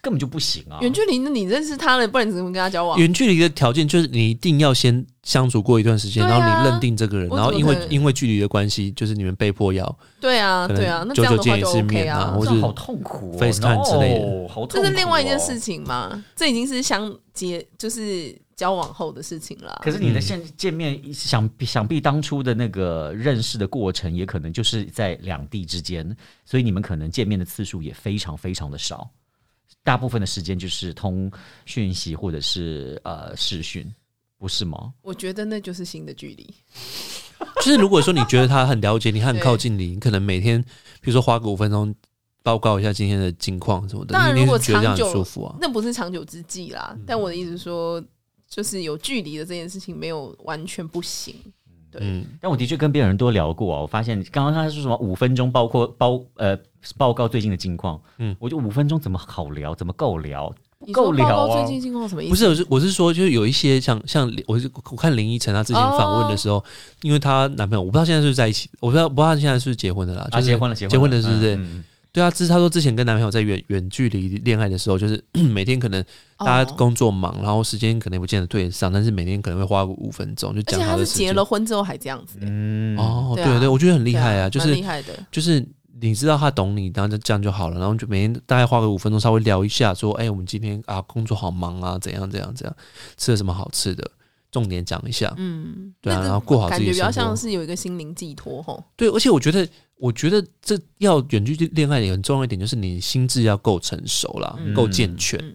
Speaker 2: 根本就不行啊！
Speaker 3: 远距离，那你认识他了，不然你怎么跟他交往？
Speaker 1: 远距离的条件就是你一定要先相处过一段时间，
Speaker 3: 对啊
Speaker 1: 然后你认定这个人，
Speaker 3: 我
Speaker 1: 然后
Speaker 3: 怎么
Speaker 1: 因为
Speaker 3: 可能
Speaker 1: 因为距离的关系，就是你们被迫要
Speaker 3: 对啊，
Speaker 1: 可能
Speaker 3: 对啊，那
Speaker 1: 久
Speaker 3: 这样
Speaker 1: 久
Speaker 3: 的
Speaker 1: 见
Speaker 3: 话
Speaker 1: 一
Speaker 3: 就
Speaker 1: 次面
Speaker 3: OK
Speaker 1: 啊
Speaker 3: 啊
Speaker 1: 或。
Speaker 2: 这
Speaker 1: 者
Speaker 2: 样好痛苦、哦、
Speaker 1: FaceTime 之类的
Speaker 2: 哦好痛苦、
Speaker 3: 这是另外一件
Speaker 1: 哦
Speaker 3: 事。情嘛，这已经是相结，就是交往后的事情了。
Speaker 2: 可是你的
Speaker 1: 嗯
Speaker 2: 现见面，想想必当初的那个认识的过程，也可能就是在两地之间，所以你们可能见面的次数也非常非常的少，大部分的时间就是通讯息或者是呃视讯，不是吗？
Speaker 3: 我觉得那就是新的距离。
Speaker 1: 就是如果说你觉得他很了解你，他很
Speaker 3: 对
Speaker 1: 靠近你，你可能每天比如说花个五分钟报告一下今天的近况什么的，
Speaker 3: 当然
Speaker 1: 你你
Speaker 3: 如果
Speaker 1: 是觉得这样
Speaker 3: 长久
Speaker 1: 很舒服啊。
Speaker 3: 那不是长久之计啦。
Speaker 1: 嗯
Speaker 3: 但我的意思是说，就是有距离的这件事情没有完全不行。对
Speaker 1: 嗯，
Speaker 2: 但我的确跟别人多聊过啊，我发现刚刚他说什么五分钟，包括包呃报告最近的近况，
Speaker 1: 嗯
Speaker 2: 嗯，我就五分钟怎么好聊，怎么够聊？
Speaker 3: 你说
Speaker 2: 够聊啊
Speaker 3: 报告最近近况什么意思？
Speaker 1: 不是，我是我是说，就是有一些像像我是我看林依晨她之前访问的时候，因为她男朋友我不知道现在是不是在一起，我不知道我不知道她现在是不是结婚的啦，就
Speaker 2: 啊，
Speaker 1: 是
Speaker 2: 结婚了，
Speaker 1: 结婚了是不是？
Speaker 2: 嗯嗯
Speaker 1: 对啊，这是她说之前跟男朋友在远远距离恋爱的时候，就是 每天可能大家
Speaker 3: 哦
Speaker 1: 工作忙，然后时间可能也不见得对得上，但是每天可能会花五分钟就
Speaker 3: 而且
Speaker 1: 讲好
Speaker 3: 他
Speaker 1: 的
Speaker 3: 是
Speaker 1: 时
Speaker 3: 结
Speaker 1: 间。
Speaker 3: 了婚之后还这样子、欸，
Speaker 2: 嗯，
Speaker 1: 哦，
Speaker 3: 对
Speaker 1: 对
Speaker 3: 啊
Speaker 1: 对，我觉得很厉害
Speaker 3: 对
Speaker 1: 啊，就
Speaker 3: 蛮
Speaker 1: 是
Speaker 3: 厉害的，
Speaker 1: 就是你知道他懂你，然后就这样就好了，然后就每天大概花个五分钟稍微聊一下，说，哎、我们今天啊工作好忙啊，怎样怎样怎样，吃了什么好吃的，重点讲一下，
Speaker 3: 嗯，
Speaker 1: 对啊
Speaker 3: 那这
Speaker 1: 然后过好自
Speaker 3: 感
Speaker 1: 己
Speaker 3: 觉
Speaker 1: 的
Speaker 3: 比较
Speaker 1: 生活
Speaker 3: 像是有一个心灵寄托吼，
Speaker 1: 对，而且我觉得，我觉得这要远距离恋爱也很重要一点，就是你心智要够成熟啦
Speaker 3: 嗯，
Speaker 1: 够、健全。
Speaker 3: 嗯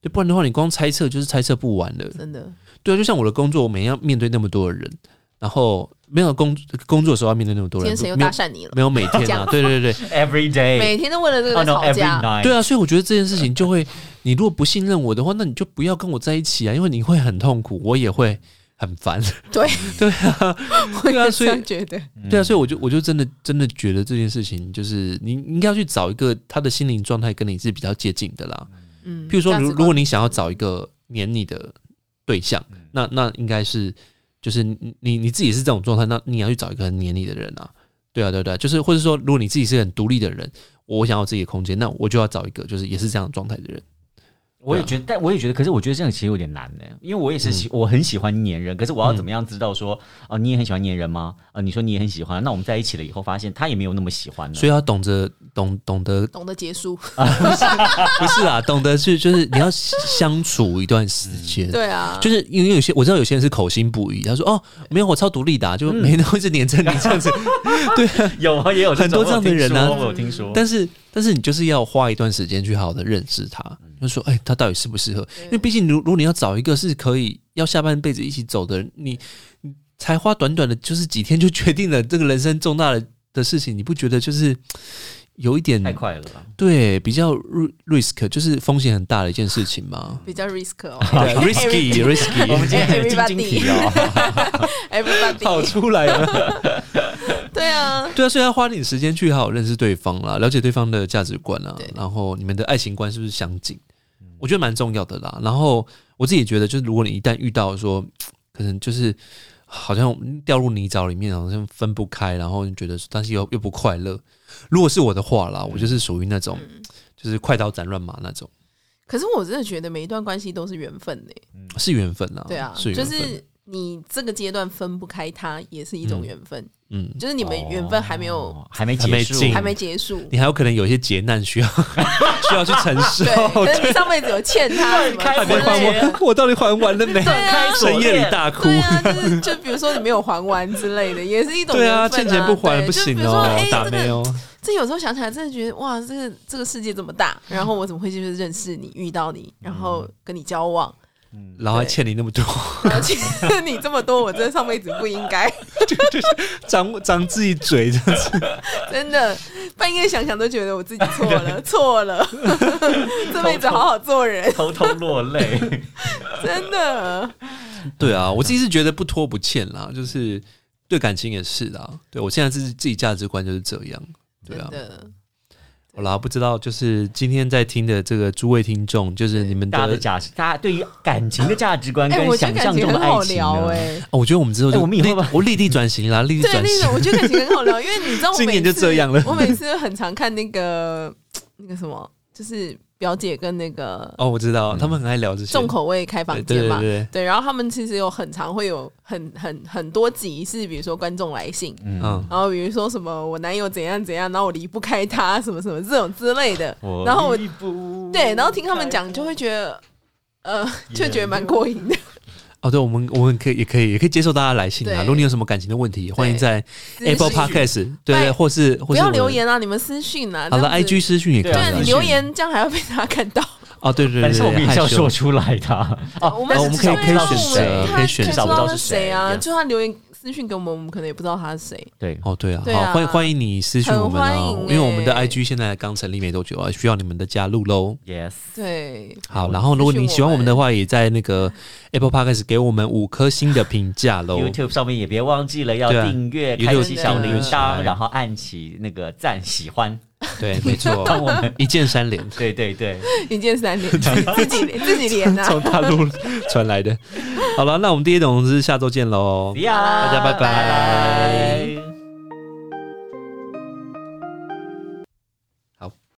Speaker 1: 对，不然的话，你光猜测就是猜测不完的。
Speaker 3: 真的，
Speaker 1: 对啊，就像我的工作，我每天要面对那么多的人，然后没有工工作的时候要面对那么多
Speaker 3: 今
Speaker 1: 人
Speaker 3: 天谁，又
Speaker 1: 没有
Speaker 3: 搭讪你了？
Speaker 1: 没有每天
Speaker 3: 这
Speaker 1: 啊
Speaker 3: 样，
Speaker 1: 对对对 对，
Speaker 2: ，every day，
Speaker 3: 每天都为了这
Speaker 2: 哦
Speaker 3: 个
Speaker 2: no
Speaker 3: 吵
Speaker 2: every
Speaker 3: 架，
Speaker 2: night，
Speaker 1: 对啊，所以我觉得这件事情就会，你如果不信任我的话，那你就不要跟我在一起啊，因为你会很痛苦，我也会很烦。
Speaker 3: 对
Speaker 1: 对啊，
Speaker 3: 我
Speaker 1: 对啊
Speaker 3: 也
Speaker 1: 所
Speaker 3: 这
Speaker 1: 以
Speaker 3: 样觉得，
Speaker 1: 对啊，所以我就我就真的真的觉得这件事情，就是你你应该要去找一个他的心灵状态跟你是比较接近的啦。
Speaker 3: 嗯，
Speaker 1: 譬如说，
Speaker 3: 价值
Speaker 1: 如
Speaker 3: 观嗯
Speaker 1: 如果你想要找一个黏你的对象，那那应该是就是你你你自己是这种状态，那你要去找一个很黏你的人啊。对啊，对啊对啊，就是或者说，如果你自己是很独立的人，我想要自己的空间，那我就要找一个就是也是这样的状态的人。
Speaker 2: 我也觉得，但我也觉得，可是我觉得这样其实有点难呢，因为我也是
Speaker 1: 嗯
Speaker 2: 喜，我很喜欢黏人，可是我要怎么样知道说，哦，你也很喜欢黏人吗？啊，你说你也很喜欢，那我们在一起了以后，发现他也没有那么喜欢呢
Speaker 1: 所。以要懂着懂懂得
Speaker 3: 懂得结束，
Speaker 1: 不是啦，懂得去就是你要相处一段时间。
Speaker 3: 对啊，
Speaker 1: 就是因为有些我知道有些人是口心不一，他说哦没有我超独立的、啊，
Speaker 3: 嗯
Speaker 1: 就没人会是黏着你这样子。
Speaker 2: 有啊，也有
Speaker 1: 很多
Speaker 2: 种
Speaker 1: 这样的人啊
Speaker 2: 我有听说，我有听说，
Speaker 1: 但是但是你就是要花一段时间去好好的认识他，就说哎他到底适不适合？因为毕竟如如果你要找一个是可以要下半辈子一起走的人，你你才花短短的就是几天就决定了这个人生重大的的事情，你不觉得就是有一点
Speaker 2: 太快了啦。
Speaker 1: 对比较 risk 就是风险很大的一件事情 吗？
Speaker 3: 比较 risk 哦
Speaker 1: 对，risky risky，
Speaker 2: 我们今天还有晶晶体哦，
Speaker 3: ，everybody，
Speaker 1: 出来了。
Speaker 3: 对啊，
Speaker 1: 对啊，所以要花点时间去好好认识对方啦，了解对方的价值观啊
Speaker 3: 对，嗯
Speaker 1: 然后你们的爱情观是不是相近？我觉得蛮重要的啦。然后我自己觉得，就是如果你一旦遇到说，可能就是好像掉入泥沼里面，好像分不开，然后你觉得但是又又不快乐。如果是我的话
Speaker 3: 嗯
Speaker 1: 啦，我就是属于那种就是快刀斩乱麻那种，
Speaker 3: 可是我真的觉得每一段关系都是缘分呢、
Speaker 1: 是缘分啦，
Speaker 3: 嗯对啊，
Speaker 1: 是
Speaker 3: 就
Speaker 1: 缘分，
Speaker 3: 是你这个阶段分不开它，也是一种缘分，
Speaker 1: 嗯。
Speaker 3: 就是你们缘分还没有、
Speaker 2: 哦还没
Speaker 1: 还没
Speaker 2: 结束，
Speaker 1: 进
Speaker 3: 还没结束，
Speaker 1: 你还有可能有一些劫难需要 需要去承受，
Speaker 3: 对，可 是你上辈子有欠他什么
Speaker 2: 开
Speaker 1: 还
Speaker 3: 之
Speaker 1: 没还
Speaker 3: 类的。
Speaker 1: 完，我到底还完了没？
Speaker 3: 啊
Speaker 1: 深夜里大哭。
Speaker 3: 对啊，就是就比如说你没有还完之类的，也是一种
Speaker 1: 对
Speaker 3: 缘
Speaker 1: 啊，
Speaker 3: 分
Speaker 1: 欠钱不还
Speaker 3: 对
Speaker 1: 不行
Speaker 3: 就比如说
Speaker 1: 哦
Speaker 3: 哎，
Speaker 1: 打
Speaker 3: 这
Speaker 1: 没
Speaker 3: 个
Speaker 1: 哦。
Speaker 3: 这有时候想起来，真的觉得哇，这个这个世界这么大，然后我怎么会就是认识你、遇到你，然后跟你交往，
Speaker 1: 然后还欠你那么多，
Speaker 3: 然后其实你这么多，我真的上辈子不应 该，
Speaker 1: 长长自己嘴这样子。
Speaker 3: 真的半夜想想都觉得我自己 错了，错了， 这辈子好好做人，
Speaker 2: 偷偷落泪。
Speaker 3: 真的。
Speaker 1: 对啊，我自己是觉得不拖不欠啦，就是对感情也是啦。对我现在是自己价值观就是这样。对
Speaker 3: 真
Speaker 1: 啊，
Speaker 3: 的，
Speaker 1: 好啦，不知道就是今天在听的这个诸位听众，就是你们
Speaker 2: 大家的
Speaker 1: 的，
Speaker 2: 价值，大家对于感情的价值观
Speaker 3: 哎、
Speaker 2: 跟
Speaker 3: 我觉
Speaker 2: 想
Speaker 3: 得感
Speaker 2: 象
Speaker 3: 情
Speaker 2: 中的
Speaker 3: 很
Speaker 2: 爱
Speaker 3: 好
Speaker 2: 情
Speaker 3: 聊
Speaker 2: 呢
Speaker 3: 哎、？
Speaker 1: 哦我觉得我们之后就
Speaker 2: 哎我们以后
Speaker 1: 立
Speaker 2: 吧
Speaker 1: 我立地转型啦，立地
Speaker 3: 对，啊
Speaker 1: 转
Speaker 3: 那
Speaker 1: 型
Speaker 3: 种。我觉得感情很好聊，因为你知道我
Speaker 1: 今
Speaker 3: 每
Speaker 1: 年就
Speaker 3: 次
Speaker 1: 这样了
Speaker 3: 我每次很常看那个那个什么，就是表姐跟那个
Speaker 1: 哦，我知道，他们很爱聊这些
Speaker 3: 重口味开
Speaker 1: 对
Speaker 3: 嗯房
Speaker 1: 对
Speaker 3: 间
Speaker 1: 对
Speaker 3: 嘛，
Speaker 1: 对，
Speaker 3: 对，然后他们其实有很常会有很很很多集是，比如说观众来信，
Speaker 1: 嗯，
Speaker 3: 然后比如说什么我男友怎样怎样，然后我离不开他，什么什么这种之类的。
Speaker 2: 我
Speaker 3: 然后我
Speaker 2: 一
Speaker 1: 嗯
Speaker 2: 步
Speaker 3: 对，然后听他们讲就会觉得，呃，就觉得蛮过瘾 的。
Speaker 1: 哦，对，我们我们可以也可以也可以接受大家来信啊。
Speaker 3: 对
Speaker 1: 如果你有什么感情的问题，欢迎在
Speaker 3: 私
Speaker 1: Apple
Speaker 3: 讯
Speaker 1: Podcast 对对，
Speaker 3: 拜
Speaker 1: 或是或
Speaker 3: 不
Speaker 1: 是
Speaker 3: 要
Speaker 1: 我们
Speaker 3: 留。言啊，你们私讯啊。
Speaker 1: 好了
Speaker 3: 这样子
Speaker 1: ，IG 私讯也可以
Speaker 2: 对啊
Speaker 3: 对
Speaker 1: 私
Speaker 3: 你
Speaker 1: 讯
Speaker 3: 留言这样还要被他看到。
Speaker 1: 哦，对对对，
Speaker 2: 但是我们也
Speaker 1: 害
Speaker 2: 是要
Speaker 1: 羞
Speaker 2: 说出来的啊。哦，
Speaker 3: 我 们
Speaker 1: 哦我们可以可以选择可以选择
Speaker 3: 不
Speaker 2: 至少不
Speaker 3: 到
Speaker 2: 知道
Speaker 3: 是
Speaker 2: 是谁
Speaker 3: 谁啊，
Speaker 2: Yeah
Speaker 3: 就算留言私讯给我们，我们可能也不知道他是谁。
Speaker 2: 对，
Speaker 1: 哦，对啊，
Speaker 3: 对啊
Speaker 1: 好，欢欢迎你私讯我们
Speaker 3: 很
Speaker 1: 啊
Speaker 3: 欢迎，
Speaker 1: 因为我们的
Speaker 3: 欸
Speaker 1: IG 现在刚成立没多久啊，需要你们的加入喽。
Speaker 2: Yes，
Speaker 3: 对，
Speaker 1: 好，然后如果
Speaker 3: 私讯
Speaker 1: 你喜欢
Speaker 3: 我
Speaker 1: 我
Speaker 3: 们
Speaker 1: 们的话，也在那个 Apple Podcast 给我们五颗星的评价喽。
Speaker 2: YouTube 上面也别忘记了要
Speaker 1: 对啊
Speaker 2: 订阅、
Speaker 1: YouTube
Speaker 2: 开启小
Speaker 3: 订阅
Speaker 2: 铃
Speaker 1: 起来
Speaker 2: 铛，然后按起那个赞、喜欢。
Speaker 1: 对，没 错，
Speaker 2: 帮我们
Speaker 1: 一键三连，
Speaker 2: 对对对，
Speaker 3: 一键三连，自己自己连啊。
Speaker 1: 从大陆传来的。好了，那我们第一桶是下周见喽。
Speaker 2: 呀，
Speaker 1: 大家拜拜
Speaker 2: 拜拜